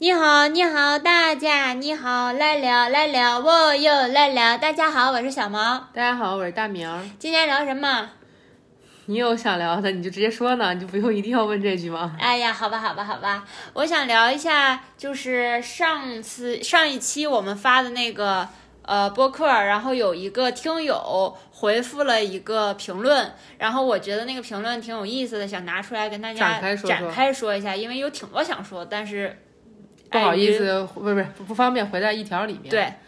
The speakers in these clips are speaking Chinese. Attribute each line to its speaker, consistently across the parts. Speaker 1: 你好，你好，大家你好，来了来了，我又来了。大家好，我是小毛。
Speaker 2: 大家好，我是大明儿。
Speaker 1: 今天聊什么？
Speaker 2: 你有想聊的，你就直接说呢，你就不用一定要问这句吗？
Speaker 1: 哎呀，好吧，好吧，好吧，我想聊一下，就是上次上一期我们发的那个呃播客，然后有一个听友回复了一个评论，然后我觉得那个评论挺有意思的，想拿出来跟大家
Speaker 2: 展开说说
Speaker 1: 展开说一下，因为有挺多想说，但是
Speaker 2: 不好意
Speaker 1: 碍于
Speaker 2: 思，不不是不不方便回在一条里面。
Speaker 1: 对，
Speaker 2: 哎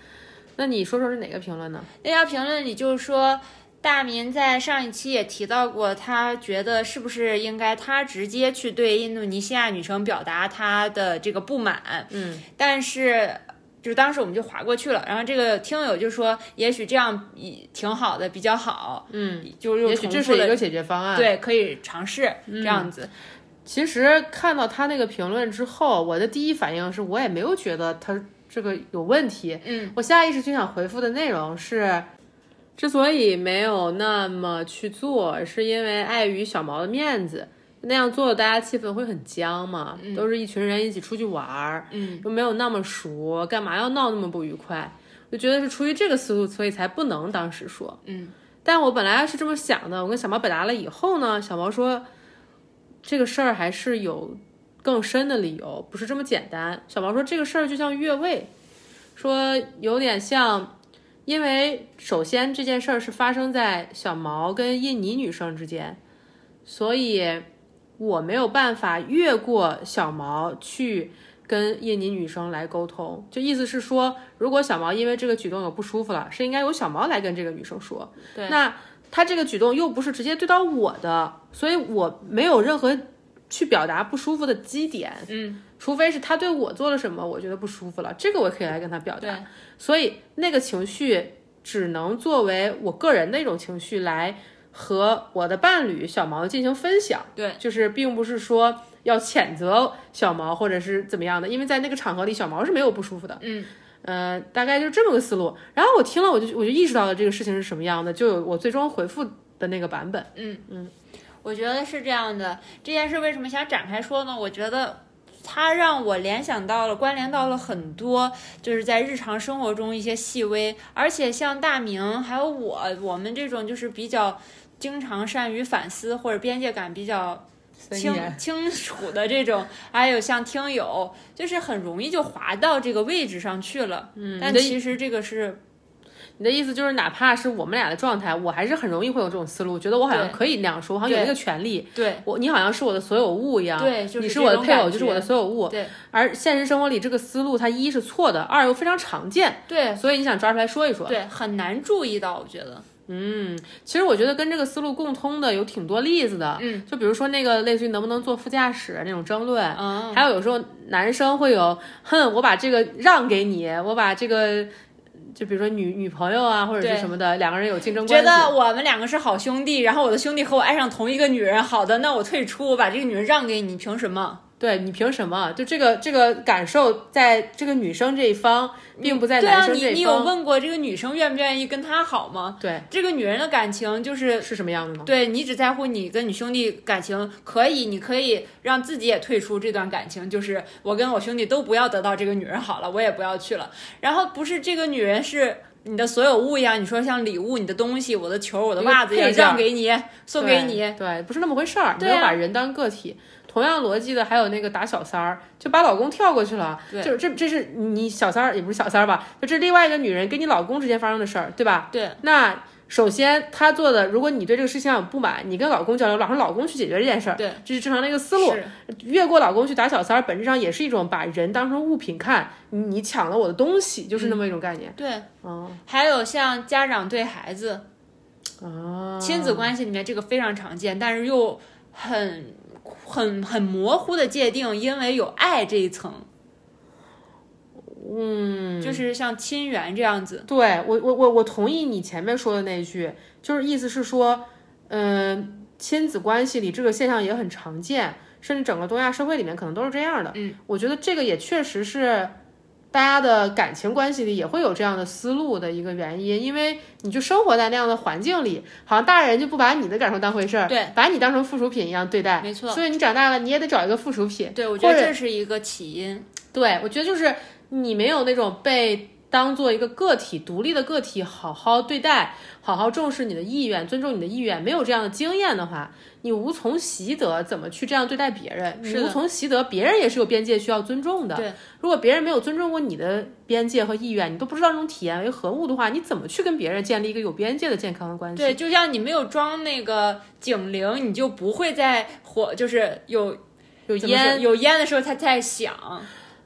Speaker 2: 那你说说是哪个评论呢？
Speaker 1: 那条评论里就是说，大民在上一期也提到过，他觉得是不是应该他直接去对印度尼西亚女生表达他的这个不满，
Speaker 2: 嗯，
Speaker 1: 但是。就是当时我们就划过去了，然后这个听友就说，也许这样也挺好的，比较好，嗯，就是又
Speaker 2: 也许
Speaker 1: 重
Speaker 2: 这
Speaker 1: 复
Speaker 2: 是一
Speaker 1: 了
Speaker 2: 个嗯解决方案。，
Speaker 1: 对，可以尝试这样子，
Speaker 2: 其实看到他那个评论之后，我的第一反应是我也没有觉得他这个有问题。
Speaker 1: 嗯，
Speaker 2: 我下意识就想回复的内容是，之所以没有那么去做，是因为碍于小毛的面子。那样做，大家气氛会很僵嘛，都是一群人一起出去玩儿，
Speaker 1: 嗯，
Speaker 2: 又没有那么熟，干嘛要闹那么不愉快？我觉得是出于这个思路，所以才不能当时说，
Speaker 1: 嗯。
Speaker 2: 但我本来是这么想的，我跟小毛表达了以后呢，小毛说，这个事儿还是有更深的理由，不是这么简单。小毛说这个事儿就像越位，说有点像，因为首先这件事儿是发生在小毛跟印尼女生之间，所以我没有办法越过小毛去跟印尼女生来沟通。就意思是说，如果小毛因为这个举动有不舒服了，是应该由小毛来跟这个女生说。
Speaker 1: 对
Speaker 2: 那他这个举动又不是直接对到我的，所以我没有任何去表达不舒服的基点。
Speaker 1: 嗯，
Speaker 2: 除非是他对我做了什么，我觉得不舒服了，这个我可以来跟他表达。
Speaker 1: 对，
Speaker 2: 所以那个情绪只能作为我个人的一种情绪来和我的伴侣小毛进行分享。
Speaker 1: 对，
Speaker 2: 就是并不是说要谴责小毛或者是怎么样的，因为在那个场合里，小毛是没有不舒服的。
Speaker 1: 嗯，
Speaker 2: 呃，大概就是这么个思路。然后我听了，我就我就意识到了这个事情是什么样的，就有我最终回复的那个版本。
Speaker 1: 嗯
Speaker 2: 嗯
Speaker 1: 我觉得是这样的，这件事为什么想展开说呢？我觉得它让我联想到了，关联到了很多，就是在日常生活中一些细微，而且像大明还有我，我们这种就是比较经常善于反思或者边界感比较清清楚的这种，还有像听友，就是很容易就滑到这个位置上去了。嗯，但
Speaker 2: 你的
Speaker 1: 其实这个是
Speaker 2: 你的意思就是，哪怕是我们俩的状态，我还是很容易会有这种思路，觉得我好像
Speaker 1: 对
Speaker 2: 可以那样说，我好像有
Speaker 1: 对
Speaker 2: 那个权利。
Speaker 1: 对
Speaker 2: 我你好像是我的所有物一样，
Speaker 1: 对就是
Speaker 2: 你是
Speaker 1: 这
Speaker 2: 我的
Speaker 1: 种
Speaker 2: 配偶，
Speaker 1: 感
Speaker 2: 就是我的
Speaker 1: 觉
Speaker 2: 所有物。
Speaker 1: 对
Speaker 2: 而现实生活里这个思路，它一是错的，二又非常常见，
Speaker 1: 对
Speaker 2: 所以你想抓出来说一说。
Speaker 1: 对，很难注意到，我觉得。
Speaker 2: 其实我觉得跟这个思路共通的有挺多例子的，
Speaker 1: 嗯，
Speaker 2: 就比如说那个类似于能不能坐副驾驶那种争论，
Speaker 1: 嗯，
Speaker 2: 还有有时候男生会有，哼，我把这个让给你，我把这个，就比如说女女朋友啊或者
Speaker 1: 对
Speaker 2: 是什么的，两个人有竞争关
Speaker 1: 觉
Speaker 2: 系，
Speaker 1: 得我们两个是好兄弟，然后我的兄弟和我爱上同一个女人，好的，那我退出，我把这个女人让给你，凭什么？
Speaker 2: 对你凭什么？就这个这个感受，在这个女生这一方，并不在
Speaker 1: 对
Speaker 2: 男
Speaker 1: 啊，
Speaker 2: 生
Speaker 1: 你
Speaker 2: 这
Speaker 1: 你
Speaker 2: 一
Speaker 1: 有
Speaker 2: 方。
Speaker 1: 问过这个女生愿不愿意跟他好吗？
Speaker 2: 对，
Speaker 1: 这个女人的感情就是，
Speaker 2: 是什么样的呢？
Speaker 1: 对你只在乎你跟你兄弟感情，可以，你可以让自己也退出这段感情，就是我跟我兄弟都不要得到这个女人好了，我也不要去了。然后不是这个女人是。你的所有物一样，你说像礼物、你的东西、我的球、我的
Speaker 2: 一个
Speaker 1: 袜子也
Speaker 2: 配件
Speaker 1: 让给你，送给你，
Speaker 2: 对，对，不是那么回事儿，
Speaker 1: 对
Speaker 2: 没
Speaker 1: 啊
Speaker 2: 有把人当个体。同样逻辑的还有那个打小三儿，就把老公跳过去了，
Speaker 1: 对
Speaker 2: 就这这是你小三儿也不是小三儿吧，就这另外一个女人跟你老公之间发生的事儿，对吧？
Speaker 1: 对。
Speaker 2: 那首先她做的，如果你对这个事情有不满，你跟老公交流，让老公去解决这件事儿，
Speaker 1: 对，
Speaker 2: 这是正常的一个思路。
Speaker 1: 是
Speaker 2: 越过老公去打小三儿，本质上也是一种把人当成物品看，你你抢了我的东西，就是
Speaker 1: 嗯
Speaker 2: 那么一种概念。
Speaker 1: 对，
Speaker 2: 哦
Speaker 1: 还有像家长对孩子，
Speaker 2: 哦，
Speaker 1: 亲子关系里面这个非常常见，但是又很很很模糊的界定，因为有爱这一层。嗯，就是像亲缘这样子，
Speaker 2: 对我，我我我同意你前面说的那句，就是意思是说，嗯、亲子关系里这个现象也很常见，甚至整个东亚社会里面可能都是这样的。
Speaker 1: 嗯，
Speaker 2: 我觉得这个也确实是大家的感情关系里也会有这样的思路的一个原因，因为你就生活在那样的环境里，好像大人就不把你的感受当回事儿，
Speaker 1: 对，
Speaker 2: 把你当成附属品一样对待。
Speaker 1: 没错
Speaker 2: 所以你长大了，你也得找一个附属品。
Speaker 1: 对我觉
Speaker 2: 或
Speaker 1: 得
Speaker 2: 者
Speaker 1: 这是一个起因。
Speaker 2: 对，我觉得就是你没有那种被当做一个个体、独立的个体好好对待、好好重视你的意愿、尊重你的意愿，没有这样的经验的话，你无从习得怎么去这样对待别人，
Speaker 1: 是
Speaker 2: 你
Speaker 1: 的
Speaker 2: 无从习得别人也是有边界需要尊重的。
Speaker 1: 对，
Speaker 2: 如果别人没有尊重过你的边界和意愿，你都不知道这种体验为何物的话，你怎么去跟别人建立一个有边界的健康的关系？
Speaker 1: 对，就像你没有装那个警铃，你就不会在火，就是有
Speaker 2: 有
Speaker 1: 怎么说
Speaker 2: 烟
Speaker 1: 有烟的时候它在响。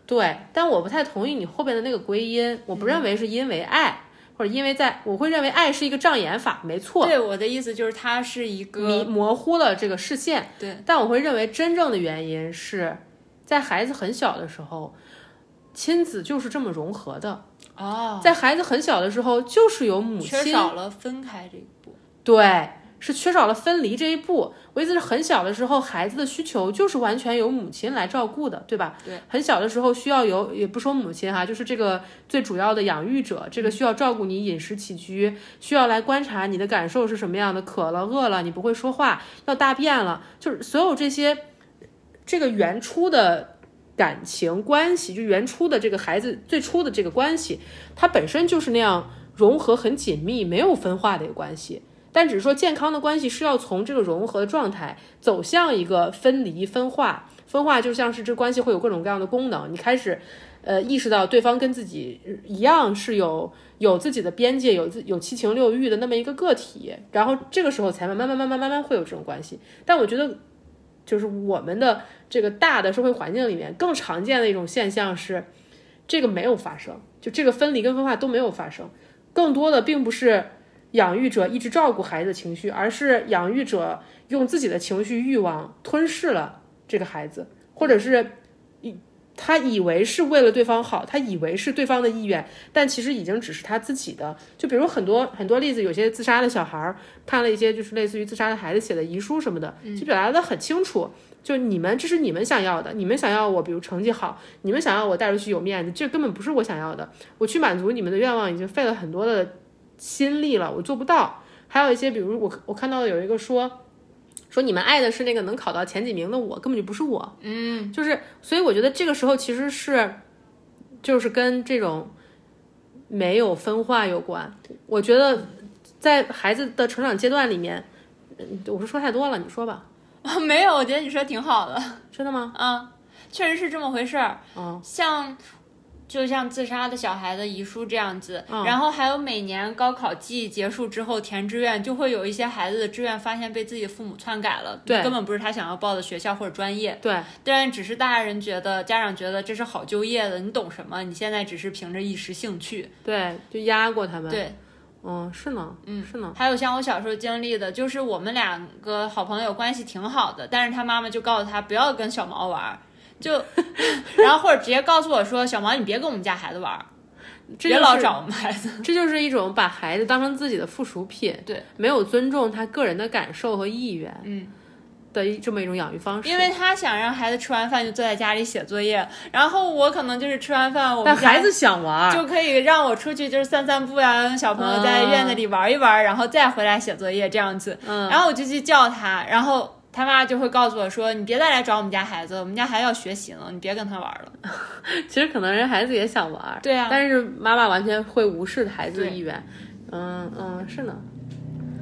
Speaker 2: 对，但我不太同意你后边的那个归因，我
Speaker 1: 嗯
Speaker 2: 不认为是因为爱，或者因为在，我会认为爱是一个障眼法，没错，
Speaker 1: 对，我的意思就是它是一
Speaker 2: 迷
Speaker 1: 个
Speaker 2: 模糊了这个视线。
Speaker 1: 对，
Speaker 2: 但我会认为真正的原因是在孩子很小的时候，亲子就是这么融合的，
Speaker 1: 哦，
Speaker 2: 在孩子很小的时候，就是有母
Speaker 1: 缺
Speaker 2: 亲
Speaker 1: 少了分开这一步。
Speaker 2: 对，是缺少了分离这一步。我意思是很小的时候，孩子的需求就是完全由母亲来照顾的，对吧？
Speaker 1: 对，
Speaker 2: 很小的时候需要有，也不说母亲哈、就是这个最主要的养育者，这个需要照顾你饮食起居，需要来观察你的感受是什么样的，渴了、饿了，你不会说话，要大便了，就是所有这些，这个原初的。感情关系就原初的这个孩子最初的这个关系，它本身就是那样融合很紧密、没有分化的一个关系。但只是说健康的关系是要从这个融合的状态走向一个分离分化，分化就像是这关系会有各种各样的功能，你开始。呃，意识到对方跟自己一样是有有自己的边界，有自有七情六欲的那么一个个体，然后这个时候才慢慢慢慢慢慢慢会有这种关系。但我觉得，就是我们的这个大的社会环境里面，更常见的一种现象是，这个没有发生，就这个分离跟分化都没有发生，更多的并不是养育者一直照顾孩子的情绪，而是养育者用自己的情绪欲望吞噬了这个孩子，或者是以他以为是为了对方好，他以为是对方的意愿，但其实已经只是他自己的。就比如很多很多例子，有些自杀的小孩儿看了一些就是类似于自杀的孩子写的遗书什么的，就表达的很清楚。就你们，这是你们想要的，你们想要我，比如成绩好，你们想要我带出去有面子，这根本不是我想要的。我去满足你们的愿望，已经费了很多的心力了，我做不到。还有一些，比如我我看到有一个说，说你们爱的是那个能考到前几名的我，根本就不是我。嗯，就是所以我觉得这个时候其实是，就是跟这种没有分化有关。我觉得在孩子的成长阶段里面，嗯我是说太多了，你说吧，
Speaker 1: 啊，没有，我觉得你说挺好的，
Speaker 2: 真的吗？
Speaker 1: 嗯，确实是这么回事儿。
Speaker 2: 嗯，
Speaker 1: 像就像自杀的小孩的遗书这样子，
Speaker 2: 嗯
Speaker 1: 然后还有每年高考季结束之后填志愿，就会有一些孩子的志愿发现被自己父母篡改了，
Speaker 2: 对
Speaker 1: 根本不是他想要报的学校或者专业。
Speaker 2: 对
Speaker 1: 但只是大人觉得，家长觉得这是好就业的，你懂什么？你现在只是凭着一时兴趣。
Speaker 2: 对，就压过他们。
Speaker 1: 对，
Speaker 2: 嗯，是呢，嗯，是呢。
Speaker 1: 还有像我小时候经历的，就是我们两个好朋友关系挺好的，但是他妈妈就告诉他不要跟小毛玩儿，就， 然后或者直接告诉我说，小毛你别跟我们家孩子玩儿，
Speaker 2: 这
Speaker 1: 别
Speaker 2: 就
Speaker 1: 老
Speaker 2: 是
Speaker 1: 找我们孩子。
Speaker 2: 这就是一种把孩子当成自己的附属品，
Speaker 1: 对，
Speaker 2: 没有尊重他个人的感受和意愿，
Speaker 1: 嗯，
Speaker 2: 的一这么一种养育方式。
Speaker 1: 因为他想让孩子吃完饭就坐在家里写作业，然后我可能就是吃完饭，我
Speaker 2: 但
Speaker 1: 们 家
Speaker 2: 孩子想玩，
Speaker 1: 就可以让我出去就是散散步呀、跟小朋友在院子里玩一玩，然后再回来写作业这样子。
Speaker 2: 嗯
Speaker 1: 然后我就去叫他，然后他妈就会告诉我说：“你别再来找我们家孩子，我们家孩子要学习呢，你别跟他玩了。
Speaker 2: 其实可能人孩子也想玩，
Speaker 1: 对啊
Speaker 2: 但是妈妈完全会无视孩子的
Speaker 1: 对
Speaker 2: 意愿。嗯嗯，是呢，”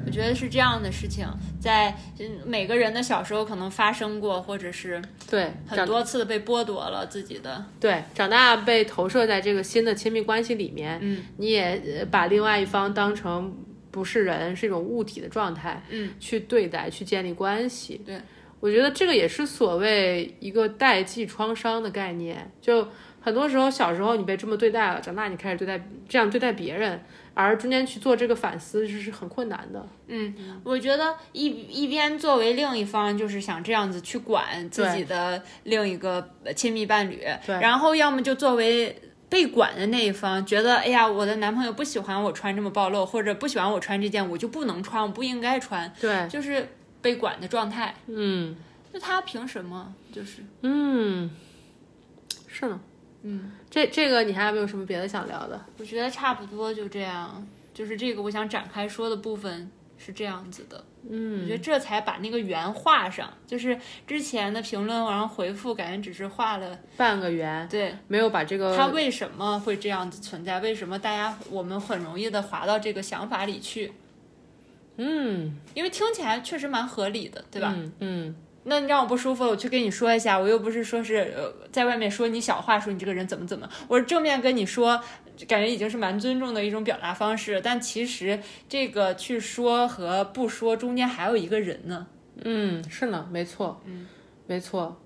Speaker 1: 我觉得是这样的事情，在嗯每个人的小时候可能发生过，或者是
Speaker 2: 对，
Speaker 1: 很
Speaker 2: 长
Speaker 1: 多次的被剥夺了自己的。
Speaker 2: 对长大被投射在这个新的亲密关系里面，
Speaker 1: 嗯，
Speaker 2: 你也呃把另外一方当成不是人，是一种物体的状态，
Speaker 1: 嗯，
Speaker 2: 去对待，去建立关系。
Speaker 1: 对，
Speaker 2: 我觉得这个也是所谓一个代际创伤的概念。就很多时候，小时候你被这么对待了，长大你开始对待这样对待别人，而中间去做这个反思是是很困难的。
Speaker 1: 嗯，我觉得一一边作为另一方，就是想这样子去管自己的另一个呃亲密伴侣，
Speaker 2: 对
Speaker 1: 然后要么就作为被管的那一方，觉得哎呀，我的男朋友不喜欢我穿这么暴露，或者不喜欢我穿这件，我就不能穿，我不应该穿，
Speaker 2: 对，
Speaker 1: 就是被管的状态。
Speaker 2: 嗯
Speaker 1: 那他凭什么？就是
Speaker 2: 嗯，是呢。嗯，这这个你还有没有什么别的想聊的？
Speaker 1: 我觉得差不多就这样，就是这个我想展开说的部分是这样子的。嗯，我觉得这才把那个圆画上，就是之前的评论然后回复，感觉只是画了
Speaker 2: 半个圆，
Speaker 1: 对
Speaker 2: 没有把这个
Speaker 1: 它为什么会这样子存在，为什么大家我们很容易的滑到这个想法里去，
Speaker 2: 嗯，
Speaker 1: 因为听起来确实蛮合理的，对吧？
Speaker 2: 嗯嗯，
Speaker 1: 那你让我不舒服了，我去跟你说一下，我又不是说是呃在外面说你小话，说你这个人怎么怎么，我是正面跟你说，感觉已经是蛮尊重的一种表达方式。但其实这个去说和不说中间还有一个人呢，
Speaker 2: 嗯，是呢，没错，嗯，没错。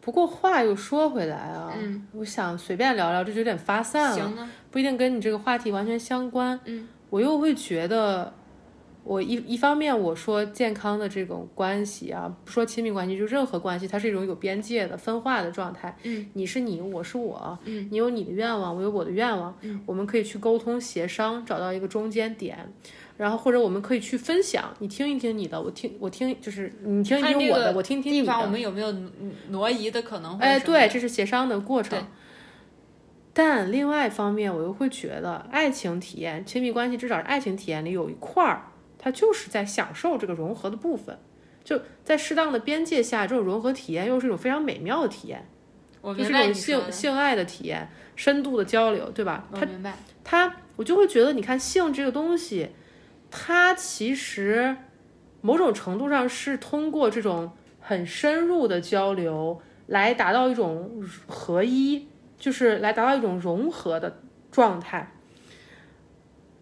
Speaker 2: 不过话又说回来啊，嗯，我想随便聊聊，这就有点发散了，
Speaker 1: 行呢？
Speaker 2: 不一定跟你这个话题完全相关。
Speaker 1: 嗯，
Speaker 2: 我又会觉得，我一一方面我说健康的这种关系啊，不说亲密关系，就任何关系，它是一种有边界的分化的状态。
Speaker 1: 嗯，
Speaker 2: 你是你，我是我，
Speaker 1: 嗯，
Speaker 2: 你有你的愿望，我有我的愿望，嗯，我们可以去沟通协商，找到一个中间点。然后或者我们可以去分享，你听一听你的，我听我听就是你听一
Speaker 1: 看
Speaker 2: 听
Speaker 1: 这
Speaker 2: 我的，
Speaker 1: 个
Speaker 2: 我听一听你
Speaker 1: 地
Speaker 2: 的。
Speaker 1: 方我们有没有挪挪移的可能？
Speaker 2: 哎，对，，这是协商的过程。但另外一方面，我又会觉得爱情体验、亲密关系，至少是爱情体验里有一块儿，它就是在享受这个融合的部分。就在适当的边界下，这种融合体验又是一种非常美妙的体验，
Speaker 1: 我
Speaker 2: 就
Speaker 1: 明
Speaker 2: 是
Speaker 1: 白
Speaker 2: 一
Speaker 1: 你
Speaker 2: 种
Speaker 1: 说的啊
Speaker 2: 性，性爱的体验、深度的交流，对吧？
Speaker 1: 我明白。
Speaker 2: 它，我就会觉得，你看性这个东西，它其实某种程度上是通过这种很深入的交流来达到一种合一，就是来达到一种融合的状态。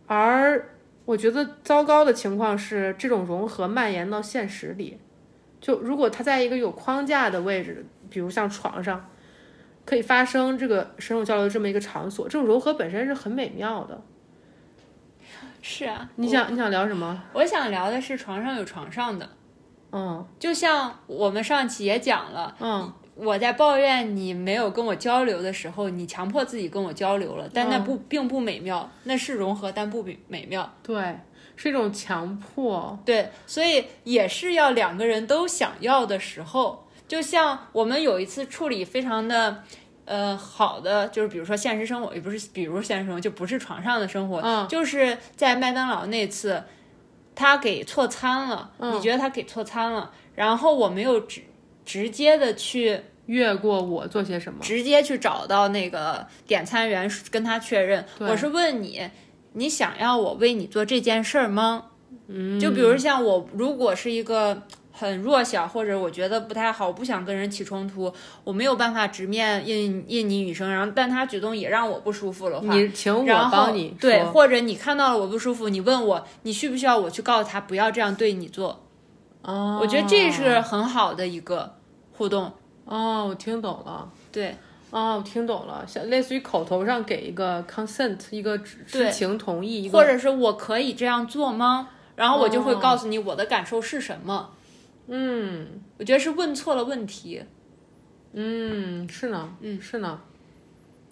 Speaker 2: 而我觉得糟糕的情况是，这种融合蔓延到现实里。就如果它在一个有框架的位置，比如像床上，可以发生这个深入交流的这么一个场所，这种融合本身是很美妙的。
Speaker 1: 是啊，
Speaker 2: 你想你想聊什么？
Speaker 1: 我想聊的是床上有床上的，
Speaker 2: 嗯
Speaker 1: 就像我们上期也讲了。
Speaker 2: 嗯
Speaker 1: 我在抱怨你没有跟我交流的时候，你强迫自己跟我交流了，但
Speaker 2: 嗯
Speaker 1: 那不、并不美妙，那是融合，但不美美妙。
Speaker 2: 对，是一种强迫。
Speaker 1: 对，所以也是要两个人都想要的时候。就像我们有一次处理非常的，呃，好的，就是比如说现实生活，也不是，比如现实生活，就不是床上的生活，
Speaker 2: 嗯
Speaker 1: 就是在麦当劳那次，他给错餐了，
Speaker 2: 嗯
Speaker 1: 你觉得他给错餐了，然后我没有直直接的去
Speaker 2: 越过我做些什么？
Speaker 1: 直接去找到那个点餐员跟他确认。
Speaker 2: 对
Speaker 1: 我是问你，你想要我为你做这件事儿吗？嗯，就比如像我，如果是一个很弱小，或者我觉得不太好，我不想跟人起冲突，我没有办法直面印印尼女生，然后但她举动也让我不舒服的话。
Speaker 2: 你请
Speaker 1: 然
Speaker 2: 我
Speaker 1: 后
Speaker 2: 帮你说
Speaker 1: 对，或者你看到了我不舒服，你问我你需不需要我去告诉他不要这样对你做？
Speaker 2: 哦，
Speaker 1: 我觉得这是很好的一个互动。
Speaker 2: 哦，我听懂了。
Speaker 1: 对
Speaker 2: 哦，我听懂了，像类似于口头上给一个 consent，一个知
Speaker 1: 对
Speaker 2: 知情同意，一个哦
Speaker 1: 或者是我可以这样做吗？然后我就会告诉你我的感受是什么。
Speaker 2: 嗯
Speaker 1: 我觉得是问错了问题，
Speaker 2: 嗯是呢，嗯是呢，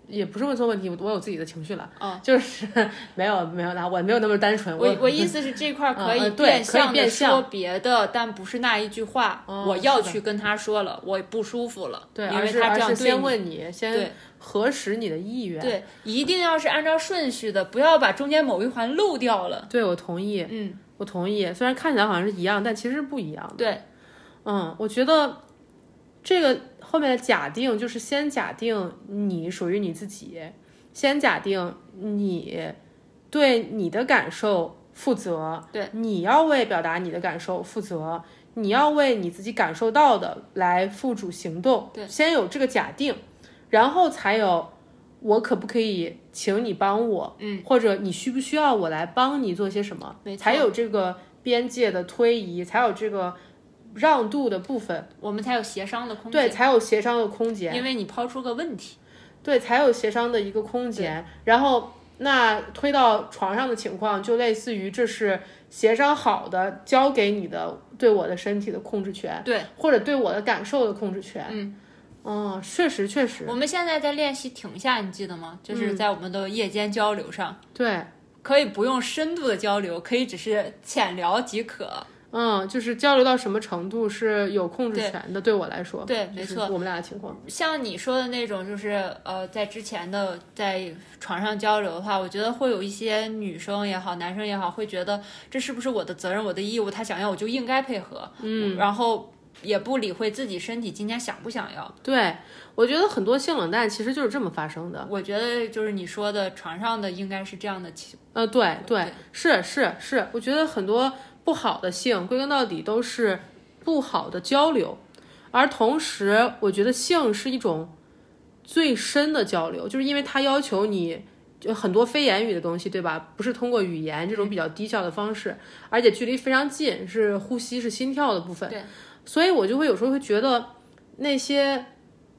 Speaker 2: 也不是问错问题，我我有自己的情绪了，
Speaker 1: 哦
Speaker 2: 就是 没有没有那我没有那么单纯，
Speaker 1: 我我意思是这块儿可以
Speaker 2: 嗯嗯对
Speaker 1: 向
Speaker 2: 可以
Speaker 1: 的
Speaker 2: 变相
Speaker 1: 说别的，但不是那一句话，
Speaker 2: 哦
Speaker 1: 我要
Speaker 2: 是的
Speaker 1: 去跟他说了，我不舒服了，
Speaker 2: 对，
Speaker 1: 因
Speaker 2: 而
Speaker 1: 为
Speaker 2: 是
Speaker 1: 他
Speaker 2: 而
Speaker 1: 这样
Speaker 2: 是
Speaker 1: 对
Speaker 2: 先
Speaker 1: 你。
Speaker 2: 问你，
Speaker 1: 对
Speaker 2: 先核实你的意愿。
Speaker 1: 对，一定要是按照顺序的，不要把中间某一环漏掉了。
Speaker 2: 对我同意，
Speaker 1: 嗯，
Speaker 2: 我同意。虽然看起来好像是一样，但其实是不一样的。
Speaker 1: 对，
Speaker 2: 嗯，我觉得这个后面的假定就是先假定你属于你自己，先假定你对你的感受负责，
Speaker 1: 对，
Speaker 2: 你要为表达你的感受负责，你要为你自己感受到的来付诸行动，
Speaker 1: 对，
Speaker 2: 先有这个假定，然后才有。我可不可以请你帮我？嗯，或者你需不需要我来帮你做些什么？
Speaker 1: 没错
Speaker 2: 啊才有这个边界的推移，才有这个让渡的部分，
Speaker 1: 我们才有协商的空
Speaker 2: 对，
Speaker 1: 间，
Speaker 2: 才有协商的空间，
Speaker 1: 因为你抛出个问题，
Speaker 2: 对，才有协商的一个空间。然后，那推到床上的情况，就类似于这是协商好的交给你的对我的身体的控制权，
Speaker 1: 对，
Speaker 2: 或者对我的感受的控制权。
Speaker 1: 嗯
Speaker 2: 嗯，确实确实，
Speaker 1: 我们现在在练习停下，你记得吗？
Speaker 2: 嗯
Speaker 1: 就是在我们的夜间交流上。
Speaker 2: 对，
Speaker 1: 可以不用深度的交流，可以只是浅聊即可。
Speaker 2: 嗯，就是交流到什么程度是有控制
Speaker 1: 对
Speaker 2: 权的，对我来说，
Speaker 1: 对
Speaker 2: 就
Speaker 1: 没
Speaker 2: 是嗯
Speaker 1: 错
Speaker 2: 我们俩的情况，
Speaker 1: 像你说的那种，就是呃，在之前的在床上交流的话，我觉得会有一些女生也好，男生也好，会觉得这是不是我的责任、我的义务？他想要我就应该配合，嗯，然后也不理会自己身体今天想不想要。
Speaker 2: 对我觉得很多性冷淡其实就是这么发生的，
Speaker 1: 我觉得就是你说的床上的应该是这样的情，
Speaker 2: 呃，对对
Speaker 1: 对，
Speaker 2: 是是是，我觉得很多不好的性，归根到底都是不好的交流，而同时，我觉得性是一种最深的交流，就是因为它要求你就很多非言语的东西，对吧？不是通过语言这种比较低效的方式，而且距离非常近，是呼吸，是心跳的部分。
Speaker 1: 对，
Speaker 2: 所以我就会有时候会觉得那些，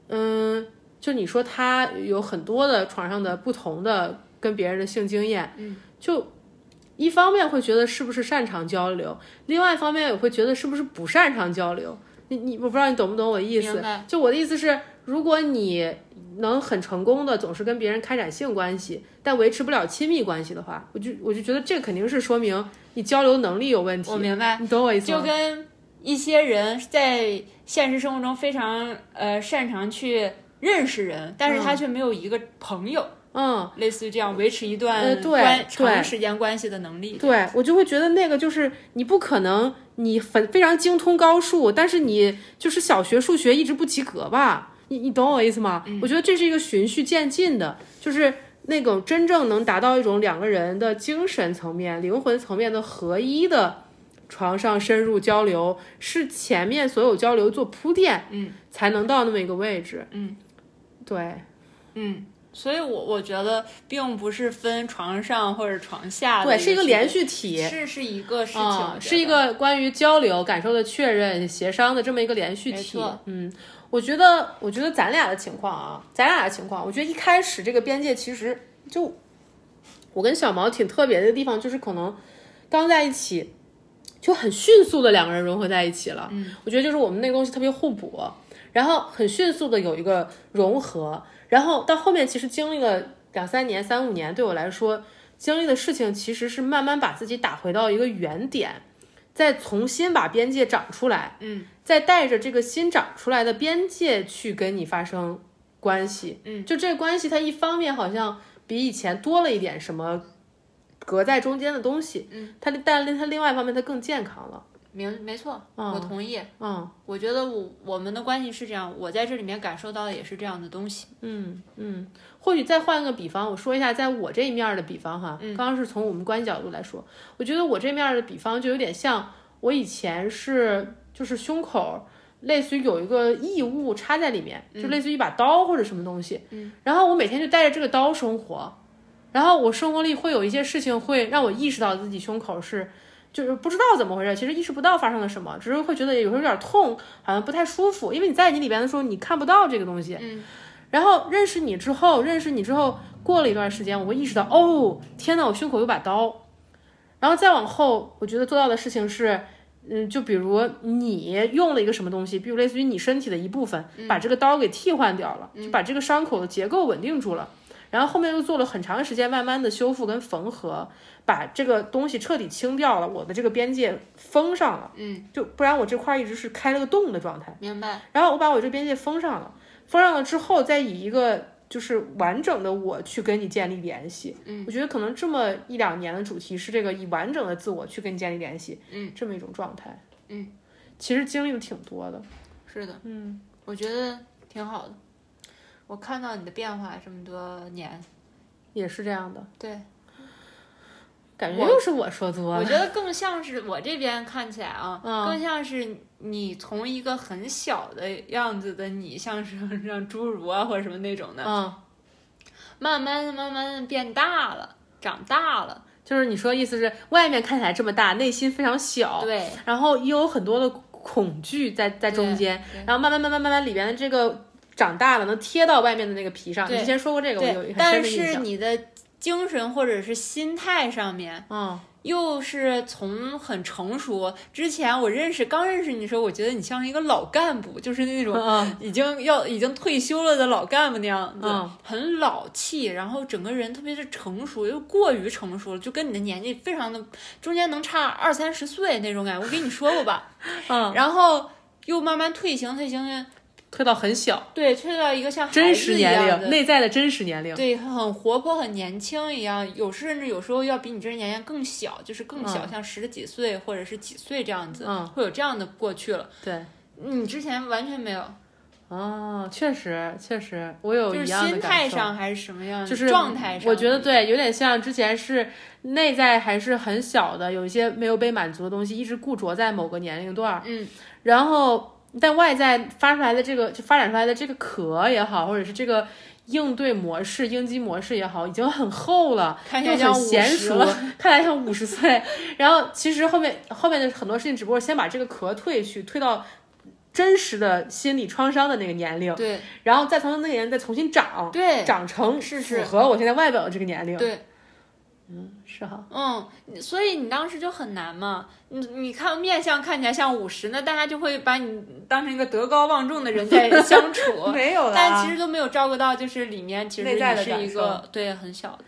Speaker 2: 嗯，就你说他有很多的床上的不同的跟别人的性经验，嗯，就一方面会觉得是不是擅长交流，另外一方面也会觉得是不是不擅长交流。你你我不知道你懂不懂我的意思
Speaker 1: 明白，
Speaker 2: 就我的意思是，如果你能很成功的总是跟别人开展性关系，但维持不了亲密关系的话，我就我就觉得这肯定是说明你交流能力有问题
Speaker 1: 我。明白。
Speaker 2: 你懂我意思吗？
Speaker 1: 就跟一些人在现实生活中非常呃擅长去认识人，但是他却没有一个朋友，
Speaker 2: 嗯，
Speaker 1: 类似于这样维持一
Speaker 2: 呃
Speaker 1: 段
Speaker 2: 对
Speaker 1: 关、
Speaker 2: 对
Speaker 1: 长时间关系的能力。
Speaker 2: 对我就会觉得那个就是你不可能，你很非常精通高数，但是你就是小学数学一直不及格吧？你你懂我意思吗？我觉得这是一个循序渐进的，就是那种真正能达到一种两个人的精神层面、灵魂层面的合一的床上深入交流，是前面所有交流做铺垫，嗯，才能到那么一个位置，嗯，对，
Speaker 1: 嗯，所以我我觉得并不是分床上或者床下的
Speaker 2: 对，是一个连
Speaker 1: 区
Speaker 2: 续体，
Speaker 1: 别，是是一个事情，
Speaker 2: 啊
Speaker 1: 我觉得
Speaker 2: 是一个关于交流、感受的确认、协商的这么一个连续
Speaker 1: 没
Speaker 2: 体
Speaker 1: 错。
Speaker 2: 嗯，我觉得，我觉得咱俩的情况啊，咱俩的情况，我觉得一开始这个边界其实就我跟小毛挺特别的地方，就是可能刚在一起就很迅速的两个人融合在一起了。嗯，我觉得就是我们那个东西特别互补，然后很迅速的有一个融合，然后到后面其实经历了两三年、三五年，对我来说。经历的事情其实是慢慢把自己打回到一个原点，再重新把边界长出来，嗯，再带着这个新长出来的边界去跟你发生关系，嗯，就这个关系，它一方面好像比以前多了一点什么隔在中间的东西，嗯，它但它另外一方面它更健康了，
Speaker 1: 明没错，
Speaker 2: 嗯
Speaker 1: 我同意。
Speaker 2: 嗯
Speaker 1: 我觉得我我们的关系是这样，我在这里面感受到的也是这样的东西。
Speaker 2: 嗯嗯，或许再换个比方，我说一下在我这一面儿的比方哈，刚刚是从我们关系角度来说，我觉得我这面儿的比方就有点像我以前是就是胸口儿类似于有一个异物插在里面，就类似于一把刀或者什么东西，嗯，然后我每天就带着这个刀生活，然后我生活里会有一些事情会让我意识到自己胸口是。就是不知道怎么回事，其实意识不到发生了什么，只是会觉得有时候有点痛，好像不太舒服，因为你在你里边的时候，你看不到这个东西，然后认识你之后，认识你之后，过了一段时间，我会意识到，哦，天呐，我胸口有把刀。然后再往后，我觉得做到的事情是，嗯，就比如你用了一个什么东西，比如类似于你身体的一部分，把这个刀给替换掉了，就把这个伤口的结构稳定住了。然后后面又做了很长时间，慢慢的修复跟缝合，把这个东西彻底清掉了，我的这个边界封上了，嗯，就不然我这块儿一直是开了个洞的状态。
Speaker 1: 明白。
Speaker 2: 然后我把我这边界封上了，封上了之后，再以一个就是完整的我去跟你建立联系。嗯，我觉得可能这么一两年的主题是这个以完整的自我去跟你建立联系，嗯，这么一种状态。嗯，其实经历的挺多的。
Speaker 1: 是的，嗯，我觉得挺好的。我看到你的变化这么多年，
Speaker 2: 也是这样的，
Speaker 1: 对
Speaker 2: 感觉
Speaker 1: 我
Speaker 2: 又是我说多
Speaker 1: 我
Speaker 2: 了。
Speaker 1: 觉得更像是我这边看起来啊，
Speaker 2: 嗯
Speaker 1: 更像是你从一个很小的样子的你，像是 像侏儒啊或者什么那种的，
Speaker 2: 嗯，
Speaker 1: 慢慢的、慢慢的变大了，长大了，
Speaker 2: 就是你说意思是外面看起来这么大，内心非常小，
Speaker 1: 对，
Speaker 2: 然后也有很多的恐惧在在中间，
Speaker 1: 对
Speaker 2: 然后慢慢慢慢慢慢里边的这个长大了，能贴到外面的那个皮上。你
Speaker 1: 对
Speaker 2: 之前说过这个，我有
Speaker 1: 对
Speaker 2: 很，深
Speaker 1: 但
Speaker 2: 的印象。
Speaker 1: 是你的精神或者是心态上面，
Speaker 2: 嗯，
Speaker 1: 又是从很成熟。之前我认识刚认识你的时候，我觉得你像一个老干部，就是那种
Speaker 2: 嗯
Speaker 1: 已经要已经退休了的老干部那样子，
Speaker 2: 嗯
Speaker 1: 很老气，然后整个人特别是成熟，又过于成熟了，就跟你的年纪非常的中间能差二三十岁那种感 觉。我跟你说过吧，
Speaker 2: 嗯，
Speaker 1: 然后又慢慢退行退行，
Speaker 2: 退到很小，
Speaker 1: 对，退到一个像孩
Speaker 2: 真
Speaker 1: 子
Speaker 2: 实
Speaker 1: 一
Speaker 2: 年
Speaker 1: 样
Speaker 2: 龄，
Speaker 1: 的
Speaker 2: 内在的真实年龄。
Speaker 1: 对，很活泼，很年轻一样，有甚至有时候要比你这年龄更小，就是更小，
Speaker 2: 嗯
Speaker 1: 像十几岁或者是几岁这样子，
Speaker 2: 嗯
Speaker 1: 会有这样的过去了。
Speaker 2: 对，
Speaker 1: 你之前完全没有，
Speaker 2: 哦，确实确实，我有
Speaker 1: 就是
Speaker 2: 一样的
Speaker 1: 心
Speaker 2: 感
Speaker 1: 态
Speaker 2: 受。
Speaker 1: 上还是什么样的，
Speaker 2: 就是
Speaker 1: 状态上，
Speaker 2: 我觉得对，有点像之前是内在还是很小的，有一些没有被满足的东西，一直固着在某个年龄段儿，
Speaker 1: 嗯，
Speaker 2: 然后但外在发出来的这个就发展出来的这个壳也好，或者是这个应对模式、应激模式也好，已经很厚了，
Speaker 1: 看起
Speaker 2: 又
Speaker 1: 来像
Speaker 2: 很娴
Speaker 1: 50
Speaker 2: 熟
Speaker 1: 了，
Speaker 2: 看来像五十岁。然后其实后面后面的很多事情，只不过先把这个壳褪去，褪到真实的心理创伤的那个年龄，
Speaker 1: 对
Speaker 2: 然后再从那个年龄再重新长，
Speaker 1: 对
Speaker 2: 长成
Speaker 1: 是是
Speaker 2: 符合我现在外表的这个年龄。
Speaker 1: 对，
Speaker 2: 嗯，是哈，
Speaker 1: 嗯，你所以你当时就很难嘛，你你看面相看起来像五十，那大家就会把你当成一个德高望重的人 在相处，
Speaker 2: 没有
Speaker 1: 但其实都没有照顾到，就是里面其实
Speaker 2: 内在
Speaker 1: 你
Speaker 2: 的
Speaker 1: 是一
Speaker 2: 感
Speaker 1: 个对很小的，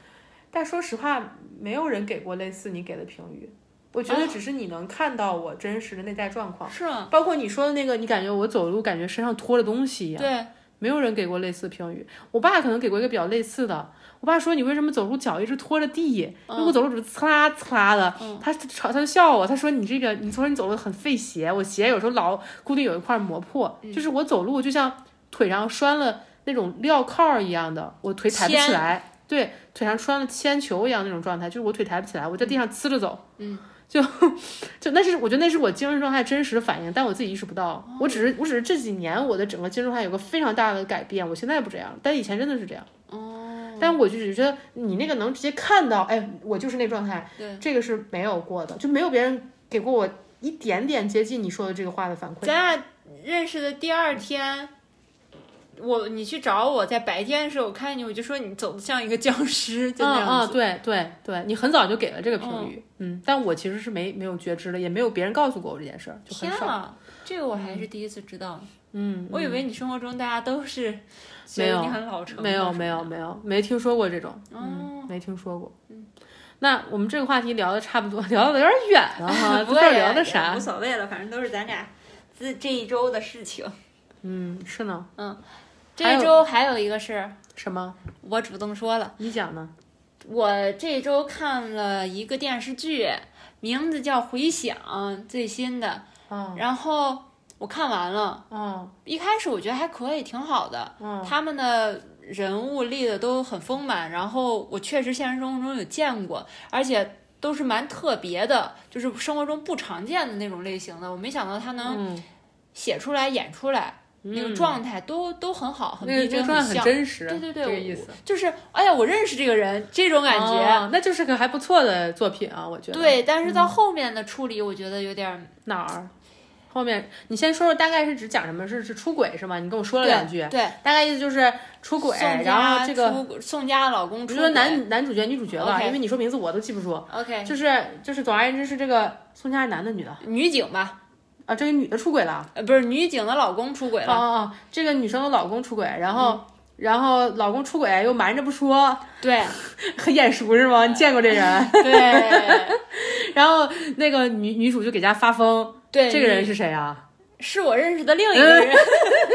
Speaker 2: 但说实话，没有人给过类似你给的评语。我觉
Speaker 1: 啊
Speaker 2: 得只是你能看到我真实的内在状况，
Speaker 1: 是吗？
Speaker 2: 包括你说的那个，你感觉我走路感觉身上拖了东西一样。
Speaker 1: 对，
Speaker 2: 没有人给过类似评语。我爸可能给过一个比较类似的。我爸说：“你为什么走路脚一直拖着地？
Speaker 1: 嗯
Speaker 2: 如果走路只是呲啦呲啦的。
Speaker 1: 嗯
Speaker 2: 他嘲他就笑我，他说：“你这个，你说你走路很费鞋，我鞋有时候老固定有一块磨破，
Speaker 1: 嗯
Speaker 2: 就是我走路就像腿上拴了那种镣铐儿一样的，我腿抬不起
Speaker 1: 铅
Speaker 2: 来，对，腿上拴了铅球一样那种状态，就是我腿抬不起来，我在地上呲着走，
Speaker 1: 嗯，
Speaker 2: 就就那是我觉得那是我精神状态真实的反应，但我自己意识不
Speaker 1: 哦
Speaker 2: 到，我只是我只是这几年我的整个精神状态有个非常大的改变，我现在不这样了，但以前真的是这样，
Speaker 1: 哦，
Speaker 2: 但我就只是觉得你那个能直接看到，哎，我就是那状态。
Speaker 1: 对，
Speaker 2: 这个是没有过的，就没有别人给过我一点点接近你说的这个话的反馈。
Speaker 1: 咱俩认识的第二天。我你去找我，在白天的时候我看见你，我就说你走的像一个僵尸，就那
Speaker 2: 嗯
Speaker 1: 样
Speaker 2: 嗯，
Speaker 1: 子。
Speaker 2: 对对对，你很早就给了这个评语，嗯但我其实是没没有觉知的，也没有别人告诉过我这件事儿，嗯就很
Speaker 1: 天
Speaker 2: 少。
Speaker 1: 啊，这个我还是第一次知道。
Speaker 2: 嗯，
Speaker 1: 我以为你生活中大家都 是觉
Speaker 2: 没
Speaker 1: 得
Speaker 2: 有
Speaker 1: 你很老成，
Speaker 2: 没有没有。没有没听说过这种，
Speaker 1: 哦
Speaker 2: 嗯，没听说过。嗯，那我们这个话题聊的差不多， 聊的有点远
Speaker 1: 嗯啊
Speaker 2: 了 哈，不知道聊的啥
Speaker 1: 无。所谓了，反正都是咱俩这这一周的事情。
Speaker 2: 嗯，是呢，还
Speaker 1: 这
Speaker 2: 有
Speaker 1: 一周还有一个事儿，
Speaker 2: 什么？
Speaker 1: 我主动说了，
Speaker 2: 你讲呢？
Speaker 1: 我这周看了一个电视剧，名字叫《回响》，最新的，
Speaker 2: 哦
Speaker 1: 然后我看完了。
Speaker 2: 哦
Speaker 1: 一开始我觉得还可以，挺好的。
Speaker 2: 嗯
Speaker 1: 他们的人物立的都很丰满，然后我确实现实生活中有见过，而且都是蛮特别的，就是生活中不常见的那种类型的。我没想到他能
Speaker 2: 嗯，
Speaker 1: 写出来、演出来，那个状态都都很好，很
Speaker 2: 那个
Speaker 1: 逼
Speaker 2: 这个
Speaker 1: 真，
Speaker 2: 状态
Speaker 1: 很
Speaker 2: 很
Speaker 1: 像。
Speaker 2: 真实，
Speaker 1: 嗯对对对，
Speaker 2: 这个
Speaker 1: 我
Speaker 2: 意思。
Speaker 1: 就是哎呀，我认识这个人这种感觉。
Speaker 2: 哦那就是个还不错的作品啊，我觉得。，
Speaker 1: 对，但是到后面的处理，我觉得有点儿
Speaker 2: 哪儿？后面你先说说，大概是指讲什么？是是出轨是吗？你跟我说了
Speaker 1: 对
Speaker 2: 两句，
Speaker 1: 对，
Speaker 2: 大概意思就是出轨，
Speaker 1: 宋
Speaker 2: 然后
Speaker 1: 佳
Speaker 2: 这个
Speaker 1: 出宋佳老公
Speaker 2: 你
Speaker 1: 出
Speaker 2: 说
Speaker 1: 轨
Speaker 2: 男男主角、女主角吧
Speaker 1: OK
Speaker 2: 因为你说名字我都记不住。
Speaker 1: OK
Speaker 2: 就是就是，总而言之是这个宋佳是男的女的
Speaker 1: 女警吧，
Speaker 2: 啊，这个女的出轨了，
Speaker 1: 呃，不是女警的老公出轨
Speaker 2: 哦
Speaker 1: 了，嗯
Speaker 2: 哦哦，这个女生的老公出轨，然后、然后老公出轨又瞒着不说，
Speaker 1: 对
Speaker 2: 很眼熟是吗？你见过这人？
Speaker 1: 对
Speaker 2: 然后那个女女主就给家发疯，
Speaker 1: 对，
Speaker 2: 这个人嗯
Speaker 1: 女
Speaker 2: 是谁啊？
Speaker 1: 是我认识的另一个人，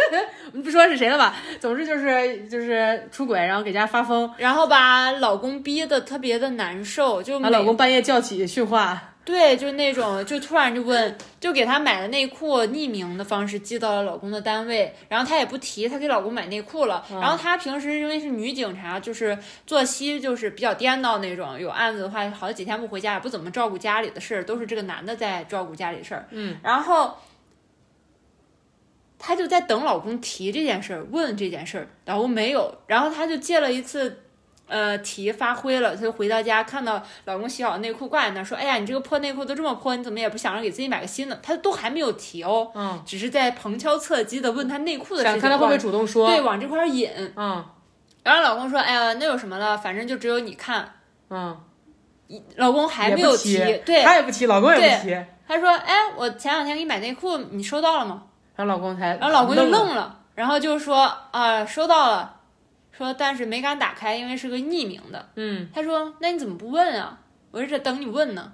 Speaker 2: 不说是谁了吧，总之就是就是出轨，然后给家发疯，
Speaker 1: 然后把老公逼得特别的难受，就每
Speaker 2: 把老公半夜叫起训话。
Speaker 1: 对，就那种就突然就问，就给她买了内裤，匿名的方式寄到了老公的单位，然后她也不提，她给老公买内裤了。
Speaker 2: 嗯
Speaker 1: 然后她平时因为是女警察，就是作息就是比较颠倒那种，有案子的话好几天不回家，也不怎么照顾家里的事儿，都是这个男的在照顾家里的事儿。
Speaker 2: 嗯，
Speaker 1: 然后。她就在等老公提这件事儿，问这件事儿，老公没有，然后她就借了一次呃题发挥了，她就回到家看到老公洗好内裤挂在那儿，说：“哎呀，你这个破内裤都这么破，你怎么也不想着给自己买个新的？”她都还没有提哦，
Speaker 2: 嗯，
Speaker 1: 只是在旁敲侧击的问她内裤的事
Speaker 2: 想
Speaker 1: 情，
Speaker 2: 看他会不会主动说？
Speaker 1: 对往这块儿引。
Speaker 2: 嗯，
Speaker 1: 然后老公说：“哎呀，那有什么了？反正就只有你看。
Speaker 2: 嗯，”
Speaker 1: 老公还
Speaker 2: 也
Speaker 1: 没
Speaker 2: 不
Speaker 1: 有
Speaker 2: 提
Speaker 1: 对，
Speaker 2: 他也不提，老公也不提，然
Speaker 1: 他说：“哎，我前两天给你买内裤，你收到了吗
Speaker 2: 后老公？”才，
Speaker 1: 然后老公就
Speaker 2: 哎愣了，
Speaker 1: 愣了，然后就说：“啊、收到了。”说但是没敢打开，因为是个匿名的。
Speaker 2: 嗯
Speaker 1: 他说：“那你怎么不问啊？我是在等你问呢。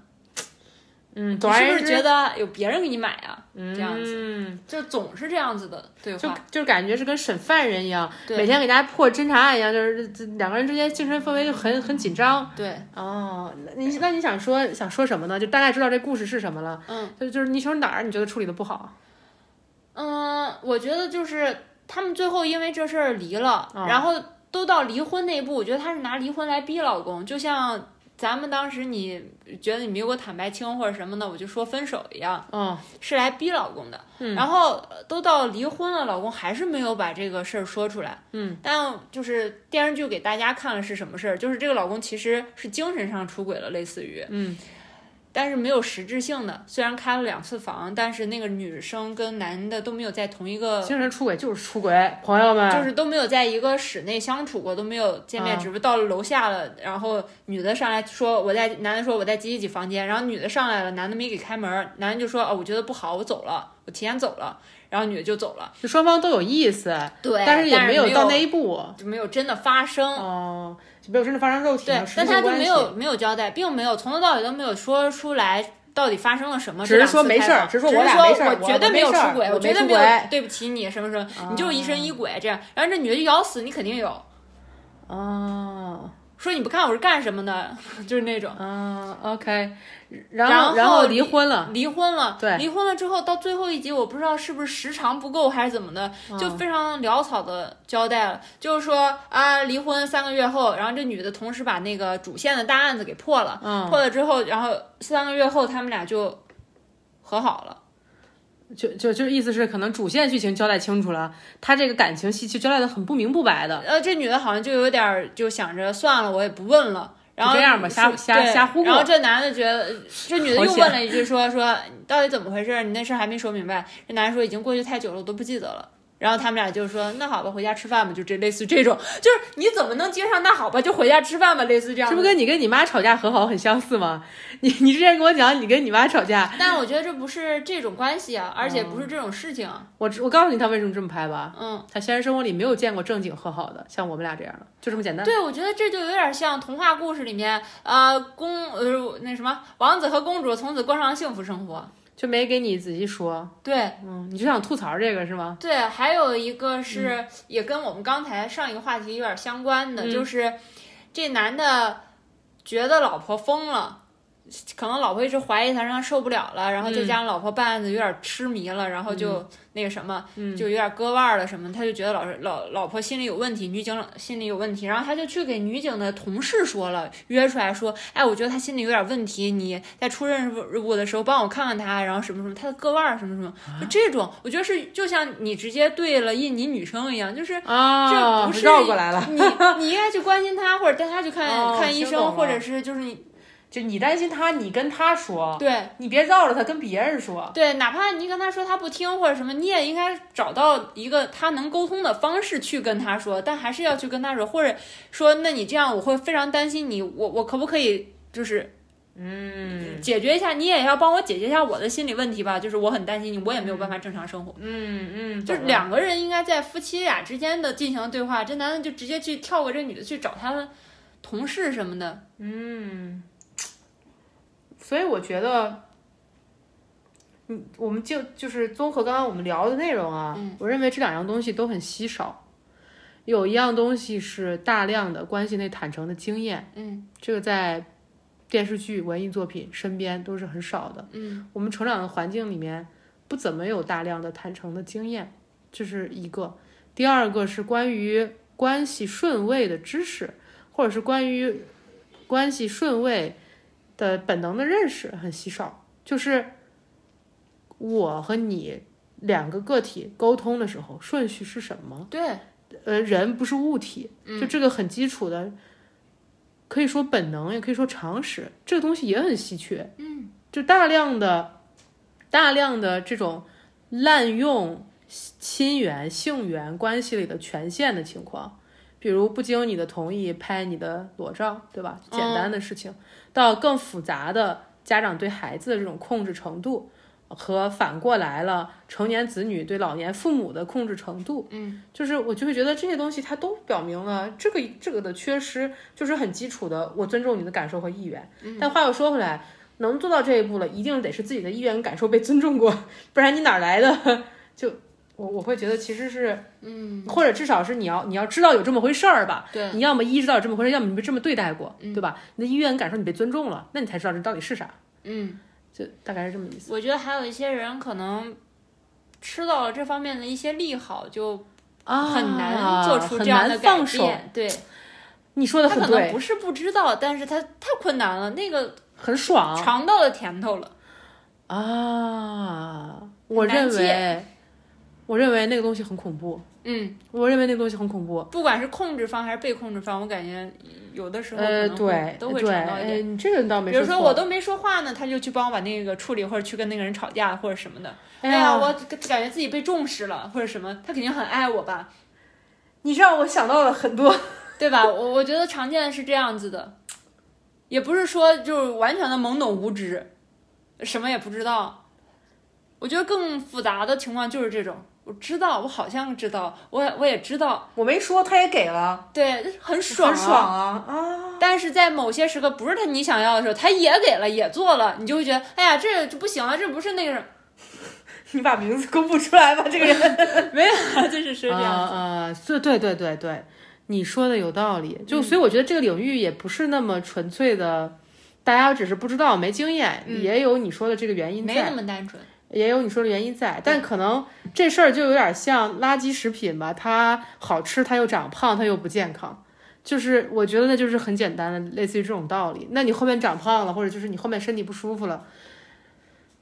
Speaker 2: 嗯，
Speaker 1: 你
Speaker 2: 总而
Speaker 1: 是不
Speaker 2: 言
Speaker 1: 是
Speaker 2: 之
Speaker 1: 觉得有别人给你买啊？
Speaker 2: 这
Speaker 1: 这样子
Speaker 2: 子，
Speaker 1: 就总是这样子的对
Speaker 2: 就
Speaker 1: 话。
Speaker 2: 就是感觉是跟审犯人一样，
Speaker 1: 对
Speaker 2: 每天给大家破侦查案一样，就是这两个人之间精神氛围就很很紧张。
Speaker 1: 对，
Speaker 2: 哦，那你那你想说想说什么呢？就大概知道这故事是什么了。
Speaker 1: 嗯
Speaker 2: 就就是你从哪儿你觉得处理的不好？
Speaker 1: 嗯，我觉得就是他们最后因为这事儿离了，
Speaker 2: 啊
Speaker 1: 然后都到离婚那一步，我觉得他是拿离婚来逼老公，就像。咱们当时你觉得你没有给我坦白清或者什么的，我就说分手一样，
Speaker 2: 嗯，
Speaker 1: 是来逼老公的。然后呃都到离婚了，老公还是没有把这个事儿说出来。
Speaker 2: 嗯，
Speaker 1: 但就是电视剧给大家看了是什么事儿，就是这个老公其实是精神上出轨了，类似于
Speaker 2: 嗯，
Speaker 1: 但是没有实质性的。虽然开了两次房，但是那个女生跟男的都没有在同一个。
Speaker 2: 哦精神出轨就是出轨，朋友们，
Speaker 1: 就是都没有在一个室内相处过，都没有见面，
Speaker 2: 啊
Speaker 1: 只不过到了楼下了。然后女的上来说我在，男的说我在几几几房间，然后女的上来了，男的没给开门，男的就说哦我觉得不好，我走了，我提前走了，然后女的就走了。
Speaker 2: 就双方都有意思，
Speaker 1: 对
Speaker 2: 但是也
Speaker 1: 没
Speaker 2: 有到那
Speaker 1: 有
Speaker 2: 一步。
Speaker 1: 就没有真的发生。
Speaker 2: 哦，就没有真的发生肉体
Speaker 1: 对
Speaker 2: 上，实
Speaker 1: 但
Speaker 2: 际
Speaker 1: 他
Speaker 2: 的
Speaker 1: 就
Speaker 2: 关
Speaker 1: 没
Speaker 2: 系。
Speaker 1: 有没有交代，并没有从头到尾都没有说出来到底发生了什么。
Speaker 2: 只是说没事儿
Speaker 1: 这
Speaker 2: 只
Speaker 1: 两次
Speaker 2: 是说
Speaker 1: 开
Speaker 2: 我
Speaker 1: 房只
Speaker 2: 俩
Speaker 1: 是说
Speaker 2: 没事儿我
Speaker 1: 绝对
Speaker 2: 我
Speaker 1: 没有
Speaker 2: 没事儿
Speaker 1: 出轨，
Speaker 2: 我
Speaker 1: 绝对
Speaker 2: 没出
Speaker 1: 没有
Speaker 2: 轨啊
Speaker 1: 对不起你什么什么，你就是疑神疑鬼这样。然后这女的就咬死你肯定有，
Speaker 2: 哦，
Speaker 1: 说你不看我是干什么的， 就是那种。
Speaker 2: 啊，OK，然
Speaker 1: 然后
Speaker 2: 后然后
Speaker 1: 离
Speaker 2: 离婚了，
Speaker 1: 离婚了，
Speaker 2: 对
Speaker 1: 离婚了之后到最后一集，我不知道是不是时长不够还是怎么的，
Speaker 2: 嗯
Speaker 1: 就非常潦草的交代了，就是说啊，离婚三个月后，然后这女的同时把那个主线的大案子给破了，
Speaker 2: 嗯
Speaker 1: 破了之后，然后三个月后他们俩就和好了，
Speaker 2: 就就就意思是可能主线剧情交代清楚了，他这个感情戏就交代的很不明不白的，
Speaker 1: 呃，这女的好像就有点儿就想着算了，我也不问了。然后
Speaker 2: 就这样吧瞎
Speaker 1: 是
Speaker 2: 瞎
Speaker 1: 对
Speaker 2: 瞎糊弄
Speaker 1: 然后这男的觉得，这女的
Speaker 2: 好
Speaker 1: 又
Speaker 2: 险
Speaker 1: 问了一句说说你到底怎么回事？你那事儿还没说明白。这男的说已经过去太久了，我都不记得了。然后他们俩就说那好吧，回家吃饭吧，就这类似这种，就是你怎么能接上那好吧，就回家吃饭吧，类似这样
Speaker 2: 这
Speaker 1: 的。
Speaker 2: 不跟你跟你妈吵架和好很相似吗？你你之前跟我讲你跟你妈吵架，
Speaker 1: 但我觉得这不是这种关系啊，而且不
Speaker 2: 哦
Speaker 1: 是这种事情啊。
Speaker 2: 我我告诉你他为什么这么拍吧，
Speaker 1: 嗯，
Speaker 2: 他现实生活里没有见过正经和好的，像我们俩这样的，就这么简单。
Speaker 1: 对，我觉得这就有点像童话故事里面，呃，公呃那什么王子和公主从此过上幸福生活。
Speaker 2: 就没给你仔细说，
Speaker 1: 对，
Speaker 2: 嗯，你就想吐槽这个是吗？
Speaker 1: 对，还有一个是也跟我们刚才上一个话题有点相关的，
Speaker 2: 嗯
Speaker 1: 就是这男的觉得老婆疯了。可能老婆一直怀疑他，让他受不了了，然后再加上老婆办案子有点痴迷了，然后就那个什么，
Speaker 2: 嗯
Speaker 1: 就有点割腕儿了什么，他就觉得老老老婆心里有问题，女警心里有问题，然后他就去给女警的同事说了，约出来说，哎，我觉得他心里有点问题，你在出任务的时候帮我看看他，然后什么什么，他的割腕儿什么什么，
Speaker 2: 啊
Speaker 1: 就这种，我觉得是就像你直接对了印尼女生一样，就是这
Speaker 2: 啊，
Speaker 1: 不是
Speaker 2: 绕过来了。
Speaker 1: 你你应该去关心她，或者带她去看、
Speaker 2: 哦
Speaker 1: 看医
Speaker 2: 听懂
Speaker 1: 生，
Speaker 2: 了
Speaker 1: 或者是就是你
Speaker 2: 就你担心他，你跟他说，
Speaker 1: 对
Speaker 2: 你别绕着他跟别人说。
Speaker 1: 对，哪怕你跟她说她不听或者什么，你也应该找到一个她能沟通的方式去跟她说，但还是要去跟她说，或者说那你这样我会非常担心你，我我可不可以就是。嗯，解决一下，你也要帮我解决一下我的心理问题吧。就是我很担心你，我也没有办法正常生活。
Speaker 2: 嗯嗯，
Speaker 1: 就是两个人应该在夫妻俩之间的进行对话，这男的就直接去跳过这女的去找他们同事什么的。
Speaker 2: 所以我觉得，嗯，我们就就是综合刚刚我们聊的内容啊，我认为这两样东西都很稀少。有一样东西是大量的关系内坦诚的经验，
Speaker 1: 嗯
Speaker 2: 这个在电视剧、文艺作品身边都是很少的。
Speaker 1: 嗯
Speaker 2: 我们成长的环境里面不怎么有大量的坦诚的经验，这是一个。第二个是关于关系顺位的知识，或者是关于关系顺位的本能的认识很稀少。就是我和你两个个体沟通的时候，顺序是什么？
Speaker 1: 对，
Speaker 2: 呃，人不是物体，就这个很基础的，可以说本能，也可以说常识，这个东西也很稀缺。嗯，就大量的、大量的这种滥用亲缘、性缘关系里的权限的情况，比如不经你的同意拍你的裸照，对吧？简单的事情，到更复杂的家长对孩子的这种控制程度，和反过来了成年子女对老年父母的控制程度，嗯，就是我就会觉得这些东西它都表明了这个这个的缺失，就是很基础的，我尊重你的感受和意愿。
Speaker 1: 嗯
Speaker 2: 但话又说回来，能做到这一步了，一定得是自己的意愿跟感受被尊重过， 不然你哪儿来的？ 就我我会觉得其实是，嗯，或者至少是你要你要知道有这么回事儿吧。
Speaker 1: 对，
Speaker 2: 你要么一知道有这么回事儿，要么你被这么对待过，对吧？你的意愿跟感受你被尊重了，那你才知道这到底是啥。
Speaker 1: 嗯，
Speaker 2: 就大概是这么意思。
Speaker 1: 我觉得还有一些人可能吃到了这方面的一些利好，就很难做出这样的
Speaker 2: 啊很难
Speaker 1: 改
Speaker 2: 放手。
Speaker 1: 变。对，
Speaker 2: 你说
Speaker 1: 他
Speaker 2: 的很
Speaker 1: 可能
Speaker 2: 对，
Speaker 1: 不是不知道，但是他太困难了，那个
Speaker 2: 很爽
Speaker 1: 尝到了甜头了。
Speaker 2: 啊！我
Speaker 1: 难
Speaker 2: 认为，我认为那个东西很恐怖，
Speaker 1: 嗯，
Speaker 2: 我认为那个东西很恐怖。
Speaker 1: 不管是控制方还是被控制方，我感觉有的时候可
Speaker 2: 呃，
Speaker 1: 能会
Speaker 2: 对，
Speaker 1: 都会
Speaker 2: 对，
Speaker 1: 尝到一点
Speaker 2: 哎，。你这个倒没
Speaker 1: 比如
Speaker 2: 说
Speaker 1: 说
Speaker 2: 错
Speaker 1: 我都没说话呢，他就去帮我把那个处理，或者去跟那个人吵架或者什么的。
Speaker 2: 哎
Speaker 1: 哎
Speaker 2: 呀
Speaker 1: 我感觉自己被重视了或者什么，他肯定很爱我吧，
Speaker 2: 你让我想到了很多。
Speaker 1: 对吧？我我觉得常见的是这样子的，也不是说就是完全的懵懂无知，什么也不知道。我觉得更复杂的情况就是这种，我知道，我好像知道，我也我也知道，
Speaker 2: 我没说，他也给了，
Speaker 1: 对，很爽、啊，
Speaker 2: 很爽啊 啊！
Speaker 1: 但是在某些时刻不是他你想要的时候，他也给了，也做了，你就会觉得，哎呀，这这不行啊，这不是那个什么。
Speaker 2: 你把名字公布出来吧，这个人。
Speaker 1: 没有，就是是这样。
Speaker 2: 啊、呃，对对对对对，你说的有道理。就、所以我觉得这个领域也不是那么纯粹的，大家只是不知道没经验，也有你说的这个原因
Speaker 1: 没
Speaker 2: 在，
Speaker 1: 那么单纯，
Speaker 2: 也有你说的原因在。但可能这事儿就有点像垃圾食品吧，它好吃，它又长胖，它又不健康。就是我觉得那就是很简单的，类似于这种道理。那你后面长胖了，或者就是你后面身体不舒服了，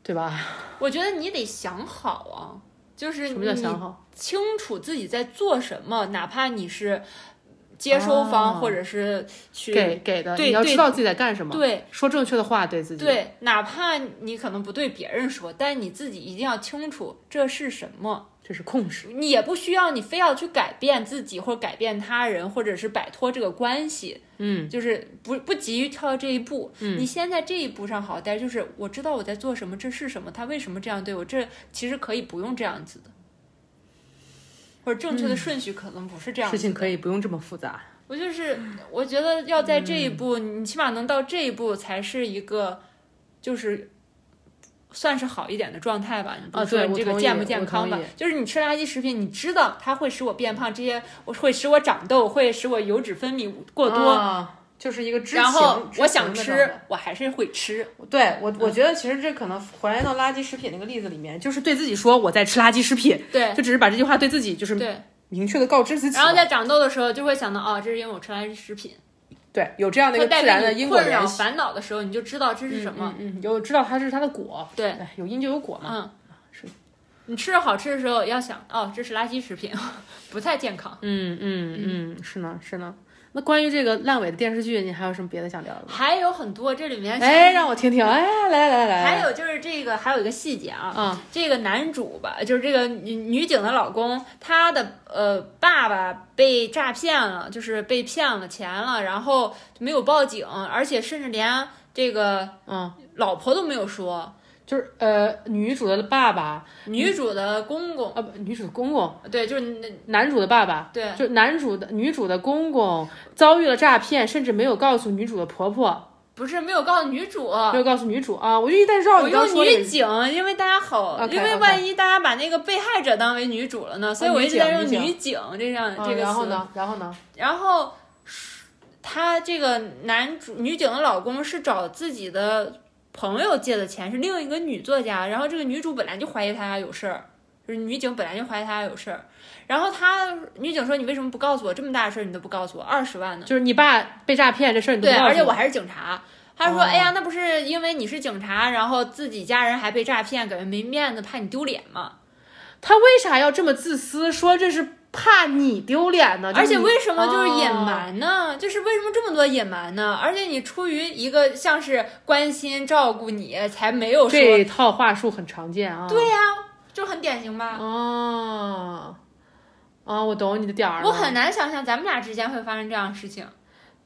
Speaker 2: 对吧？
Speaker 1: 我觉得你得想好啊，就是
Speaker 2: 什么叫
Speaker 1: 你
Speaker 2: 想好？
Speaker 1: 清楚自己在做什么，哪怕你是接收
Speaker 2: 哦
Speaker 1: 方或者是去
Speaker 2: 给给的，
Speaker 1: 对
Speaker 2: 你要
Speaker 1: 对
Speaker 2: 知道自己在干什么，
Speaker 1: 对
Speaker 2: 说正确的话对自己。
Speaker 1: 对，哪怕你可能不对别人说，但你自己一定要清楚这是什么。
Speaker 2: 这是控制。
Speaker 1: 你也不需要你非要去改变自己或改变他人，或者是摆脱这个关系。
Speaker 2: 嗯，
Speaker 1: 就是不不急于跳到这一步，你先在这一步上好待，就是我知道我在做什么，这是什么，他为什么这样对我，这其实可以不用这样子的，或者正
Speaker 2: 嗯
Speaker 1: 确的顺序可能不是这样子
Speaker 2: 事
Speaker 1: 的。
Speaker 2: 情可以不用这么复杂。
Speaker 1: 我就是我觉得要在这一
Speaker 2: 嗯
Speaker 1: 步，你起码能到这一步才是一个，就是。算是好一点的状态吧，你
Speaker 2: 啊
Speaker 1: 不说
Speaker 2: 对
Speaker 1: 你这
Speaker 2: 我
Speaker 1: 个
Speaker 2: 同意
Speaker 1: 健不健康吧
Speaker 2: 我同意，
Speaker 1: 就是你吃垃圾食品，你知道它会使我变胖，这些我会使我长痘，会使我油脂分泌过多，
Speaker 2: 啊就是一个知情
Speaker 1: 然后
Speaker 2: 知情
Speaker 1: 我想
Speaker 2: 的状
Speaker 1: 吃嗯
Speaker 2: 态，
Speaker 1: 我还是会吃。
Speaker 2: 对我，我觉得其实这可能回来到垃圾食品那个例子里面，就是对自己说我在吃垃圾食品，
Speaker 1: 对
Speaker 2: 就只是把这句话对自己就是
Speaker 1: 对，
Speaker 2: 明确的告知自己
Speaker 1: 然
Speaker 2: 了，
Speaker 1: 后在长痘的时候，就会想到哦，这是因为我吃垃圾食品。
Speaker 2: 对有这样的一
Speaker 1: 它
Speaker 2: 个
Speaker 1: 带
Speaker 2: 自然的
Speaker 1: 给你
Speaker 2: 因果
Speaker 1: 困
Speaker 2: 联
Speaker 1: 扰、
Speaker 2: 系。
Speaker 1: 烦恼的时候，你就知道这是什么。
Speaker 2: 嗯，嗯有知道它是它的果，
Speaker 1: 对，
Speaker 2: 哎有因就有果嘛。
Speaker 1: 嗯，
Speaker 2: 是
Speaker 1: 你吃着好吃的时候，要想哦，这是垃圾食品， 不太健康。
Speaker 2: 嗯嗯嗯，是呢是呢。那关于这个烂尾的电视剧，你还有什么别的想聊的吗？
Speaker 1: 还有很多，这里面
Speaker 2: 嗯哎，让我听听，哎，来来来，
Speaker 1: 还有就是这个还有一个细节啊，
Speaker 2: 啊，
Speaker 1: 这个男主吧，就是这个女女警的老公，他的呃爸爸被诈骗了，就是被骗了钱了，然后就没有报警，而且甚至连这个
Speaker 2: 嗯，
Speaker 1: 老婆都没有说，
Speaker 2: 就是呃，女主的爸爸，
Speaker 1: 女主的公公，
Speaker 2: 呃，不女主的公公，
Speaker 1: 对，就是那
Speaker 2: 男主的爸爸，
Speaker 1: 对
Speaker 2: 就男主的女主的公公遭遇了诈骗，甚至没有告诉女主的婆婆，
Speaker 1: 不是没有告诉女主。
Speaker 2: 没有告诉女主啊，我就一直在绕
Speaker 1: 我
Speaker 2: 你刚
Speaker 1: 用
Speaker 2: 说这
Speaker 1: 女
Speaker 2: 个。
Speaker 1: 警，因为大家好
Speaker 2: OK，OK
Speaker 1: 因为万一大家把那个被害者当为女主了呢，所以我一直在用
Speaker 2: 哦女警
Speaker 1: 女警这样、
Speaker 2: 啊
Speaker 1: 这个词。
Speaker 2: 然后呢？然后呢？
Speaker 1: 然后她这个男主女警的老公是找自己的朋友借的钱，是另一个女作家。然后这个女主本来就怀疑他俩有事儿，就是女警本来就怀疑他俩有事儿。然后她女警说：“你为什么不告诉我这么大的事儿？你都不告诉我，二十万呢？”
Speaker 2: 就是你爸被诈骗这事儿，你都
Speaker 1: 对，
Speaker 2: 不告诉
Speaker 1: 而且我
Speaker 2: 我
Speaker 1: 还是警察。他说：“
Speaker 2: 哦
Speaker 1: 哎呀，那不是因为你是警察，然后自己家人还被诈骗，感觉没面子，怕你丢脸嘛。
Speaker 2: 他为啥要这么自私？说这是怕你丢脸呢？
Speaker 1: 而且
Speaker 2: 就是你
Speaker 1: 为什么就是隐？
Speaker 2: 嗯哦
Speaker 1: 瞒呢？就是为什么这么多隐瞒呢？而且你出于一个像是关心照顾你，才没有说。
Speaker 2: 哦这套话术很常见啊。
Speaker 1: 对呀、就很典型吧。
Speaker 2: 哦，啊、我懂你的点儿了，
Speaker 1: 我很难想象咱们俩之间会发生这样的事情。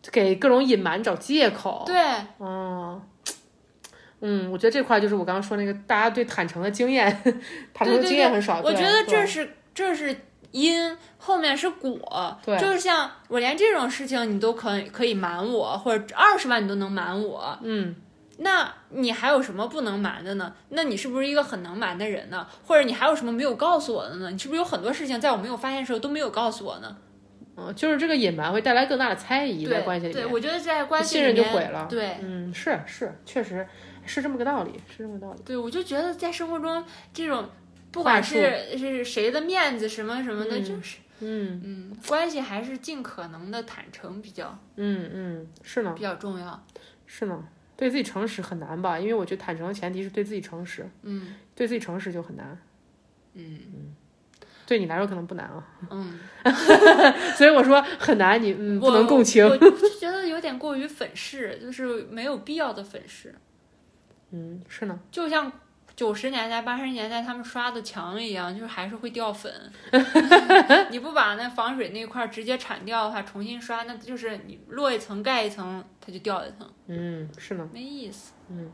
Speaker 2: 给各种隐瞒找借口。
Speaker 1: 对，
Speaker 2: 哦，嗯，我觉得这块就是我刚刚说那个，大家对坦诚的经验，坦诚的
Speaker 1: 对对
Speaker 2: 经验很少。
Speaker 1: 我觉得
Speaker 2: 对
Speaker 1: 这是这是因，后面是果。
Speaker 2: 对
Speaker 1: 就是像我连这种事情你都可可以瞒我，或者二十万你都能瞒我，
Speaker 2: 嗯，
Speaker 1: 那你还有什么不能瞒的呢？那你是不是一个很能瞒的人呢？或者你还有什么没有告诉我的呢？你是不是有很多事情在我没有发现的时候都没有告诉我呢？
Speaker 2: 嗯，就是这个隐瞒会带来更大的猜疑在
Speaker 1: 对，
Speaker 2: 关系里
Speaker 1: 对，
Speaker 2: 面，
Speaker 1: 我觉得在关系
Speaker 2: 信
Speaker 1: 里
Speaker 2: 任就
Speaker 1: 面
Speaker 2: 毁了。
Speaker 1: 对。
Speaker 2: 嗯，是是，确实是这么个道理，是这么个道理。
Speaker 1: 对，我就觉得在生活中这种，不管是是谁的面子什么什么的，
Speaker 2: 嗯
Speaker 1: 就是
Speaker 2: 嗯
Speaker 1: 嗯，关系还是尽可能的坦诚比较
Speaker 2: 嗯嗯，是呢
Speaker 1: 比较重要。
Speaker 2: 是呢，对自己诚实很难吧？因为我觉得坦诚的前提是对自己诚实，
Speaker 1: 嗯
Speaker 2: 对自己诚实就很难。
Speaker 1: 嗯
Speaker 2: 对你来说可能不难啊，
Speaker 1: 嗯，
Speaker 2: 所以我说很难，你嗯不
Speaker 1: 我
Speaker 2: 能共情。
Speaker 1: 我就觉得有点过于粉饰，就是没有必要的粉饰，
Speaker 2: 嗯，是呢，
Speaker 1: 就像。九十年代、八十年代，他们刷的墙一样，就是还是会掉 粉。你不把那防水那块儿直接铲掉的话，重新刷，那就是你落一层盖一层，它就掉一层。
Speaker 2: 嗯是呢，
Speaker 1: 没意思。
Speaker 2: 嗯，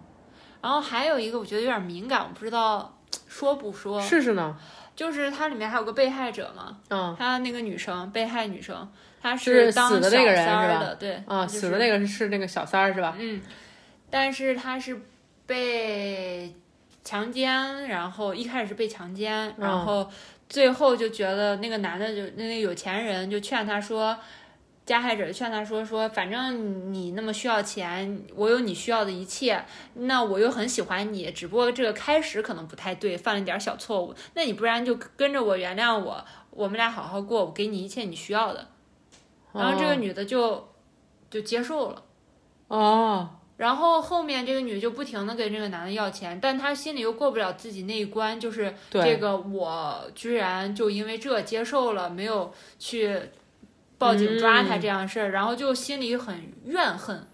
Speaker 1: 然后还有一个我觉得有点敏感，我不知道说不说，
Speaker 2: 试试呢。
Speaker 1: 就是它里面还有个被害者嘛，
Speaker 2: 嗯
Speaker 1: 她那个女生被害女生，她
Speaker 2: 就是
Speaker 1: 当
Speaker 2: 死
Speaker 1: 小
Speaker 2: 的那个
Speaker 1: 三
Speaker 2: 人是
Speaker 1: 儿
Speaker 2: 吧
Speaker 1: 的，对
Speaker 2: 啊，
Speaker 1: 哎就是
Speaker 2: 死的那个是是那个小三儿是吧？
Speaker 1: 嗯，但是她是被强奸，然后一开始是被强奸，然后最后就觉得那个男的就那个有钱人就劝她说。加害者劝她说：“说反正你那么需要钱，我有你需要的一切，那我又很喜欢你，只不过这个开始可能不太对，犯了一点小错误。那你不然就跟着我，原谅我，我们俩好好过，我给你一切你需要的。”然后这个女的就就接受了。
Speaker 2: 哦，
Speaker 1: 然后后面这个女就不停的跟这个男的要钱，但她心里又过不了自己那一关，就是
Speaker 2: 对，
Speaker 1: 这个我居然就因为这接受了，没有去报警抓他这样的事儿，然后就心里很怨恨。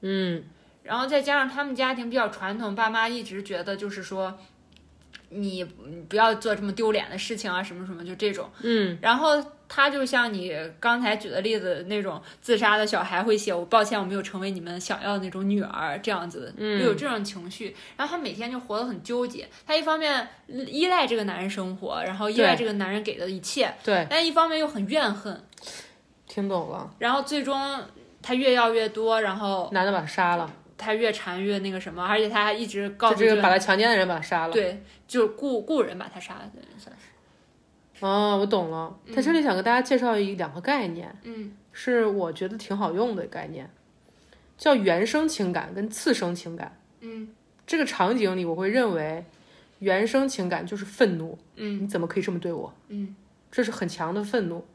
Speaker 2: 嗯
Speaker 1: 然后再加上他们家庭比较传统，爸妈一直觉得就是说，你你不要做这么丢脸的事情啊，什么什么就这种。
Speaker 2: 嗯
Speaker 1: 然后他就像你刚才举的例子那种自杀的小孩会写“我抱歉我没有成为你们想要的那种女儿”这样子，
Speaker 2: 嗯
Speaker 1: 又有这种情绪，然后他每天就活得很纠结。他一方面依赖这个男人生活，然后依赖
Speaker 2: 对
Speaker 1: 这个男人给的一切，
Speaker 2: 对，
Speaker 1: 但一方面又很怨恨，
Speaker 2: 听懂了。
Speaker 1: 然后最终他越要越多，然后
Speaker 2: 男的把他杀了，
Speaker 1: 他越缠越那个什么，而且他还一直告
Speaker 2: 就
Speaker 1: 诉
Speaker 2: 这
Speaker 1: 这
Speaker 2: 个把他强奸的人把他杀了。
Speaker 1: 对，就是雇雇人把他杀了，算是
Speaker 2: 哦，我懂了。在这里想给大家介绍一两个概念，
Speaker 1: 嗯
Speaker 2: 是我觉得挺好用的概念，叫原生情感跟次生情感。
Speaker 1: 嗯
Speaker 2: 这个场景里，我会认为原生情感就是愤怒，
Speaker 1: 嗯
Speaker 2: 你怎么可以这么对我？
Speaker 1: 嗯
Speaker 2: 这是很强的愤怒，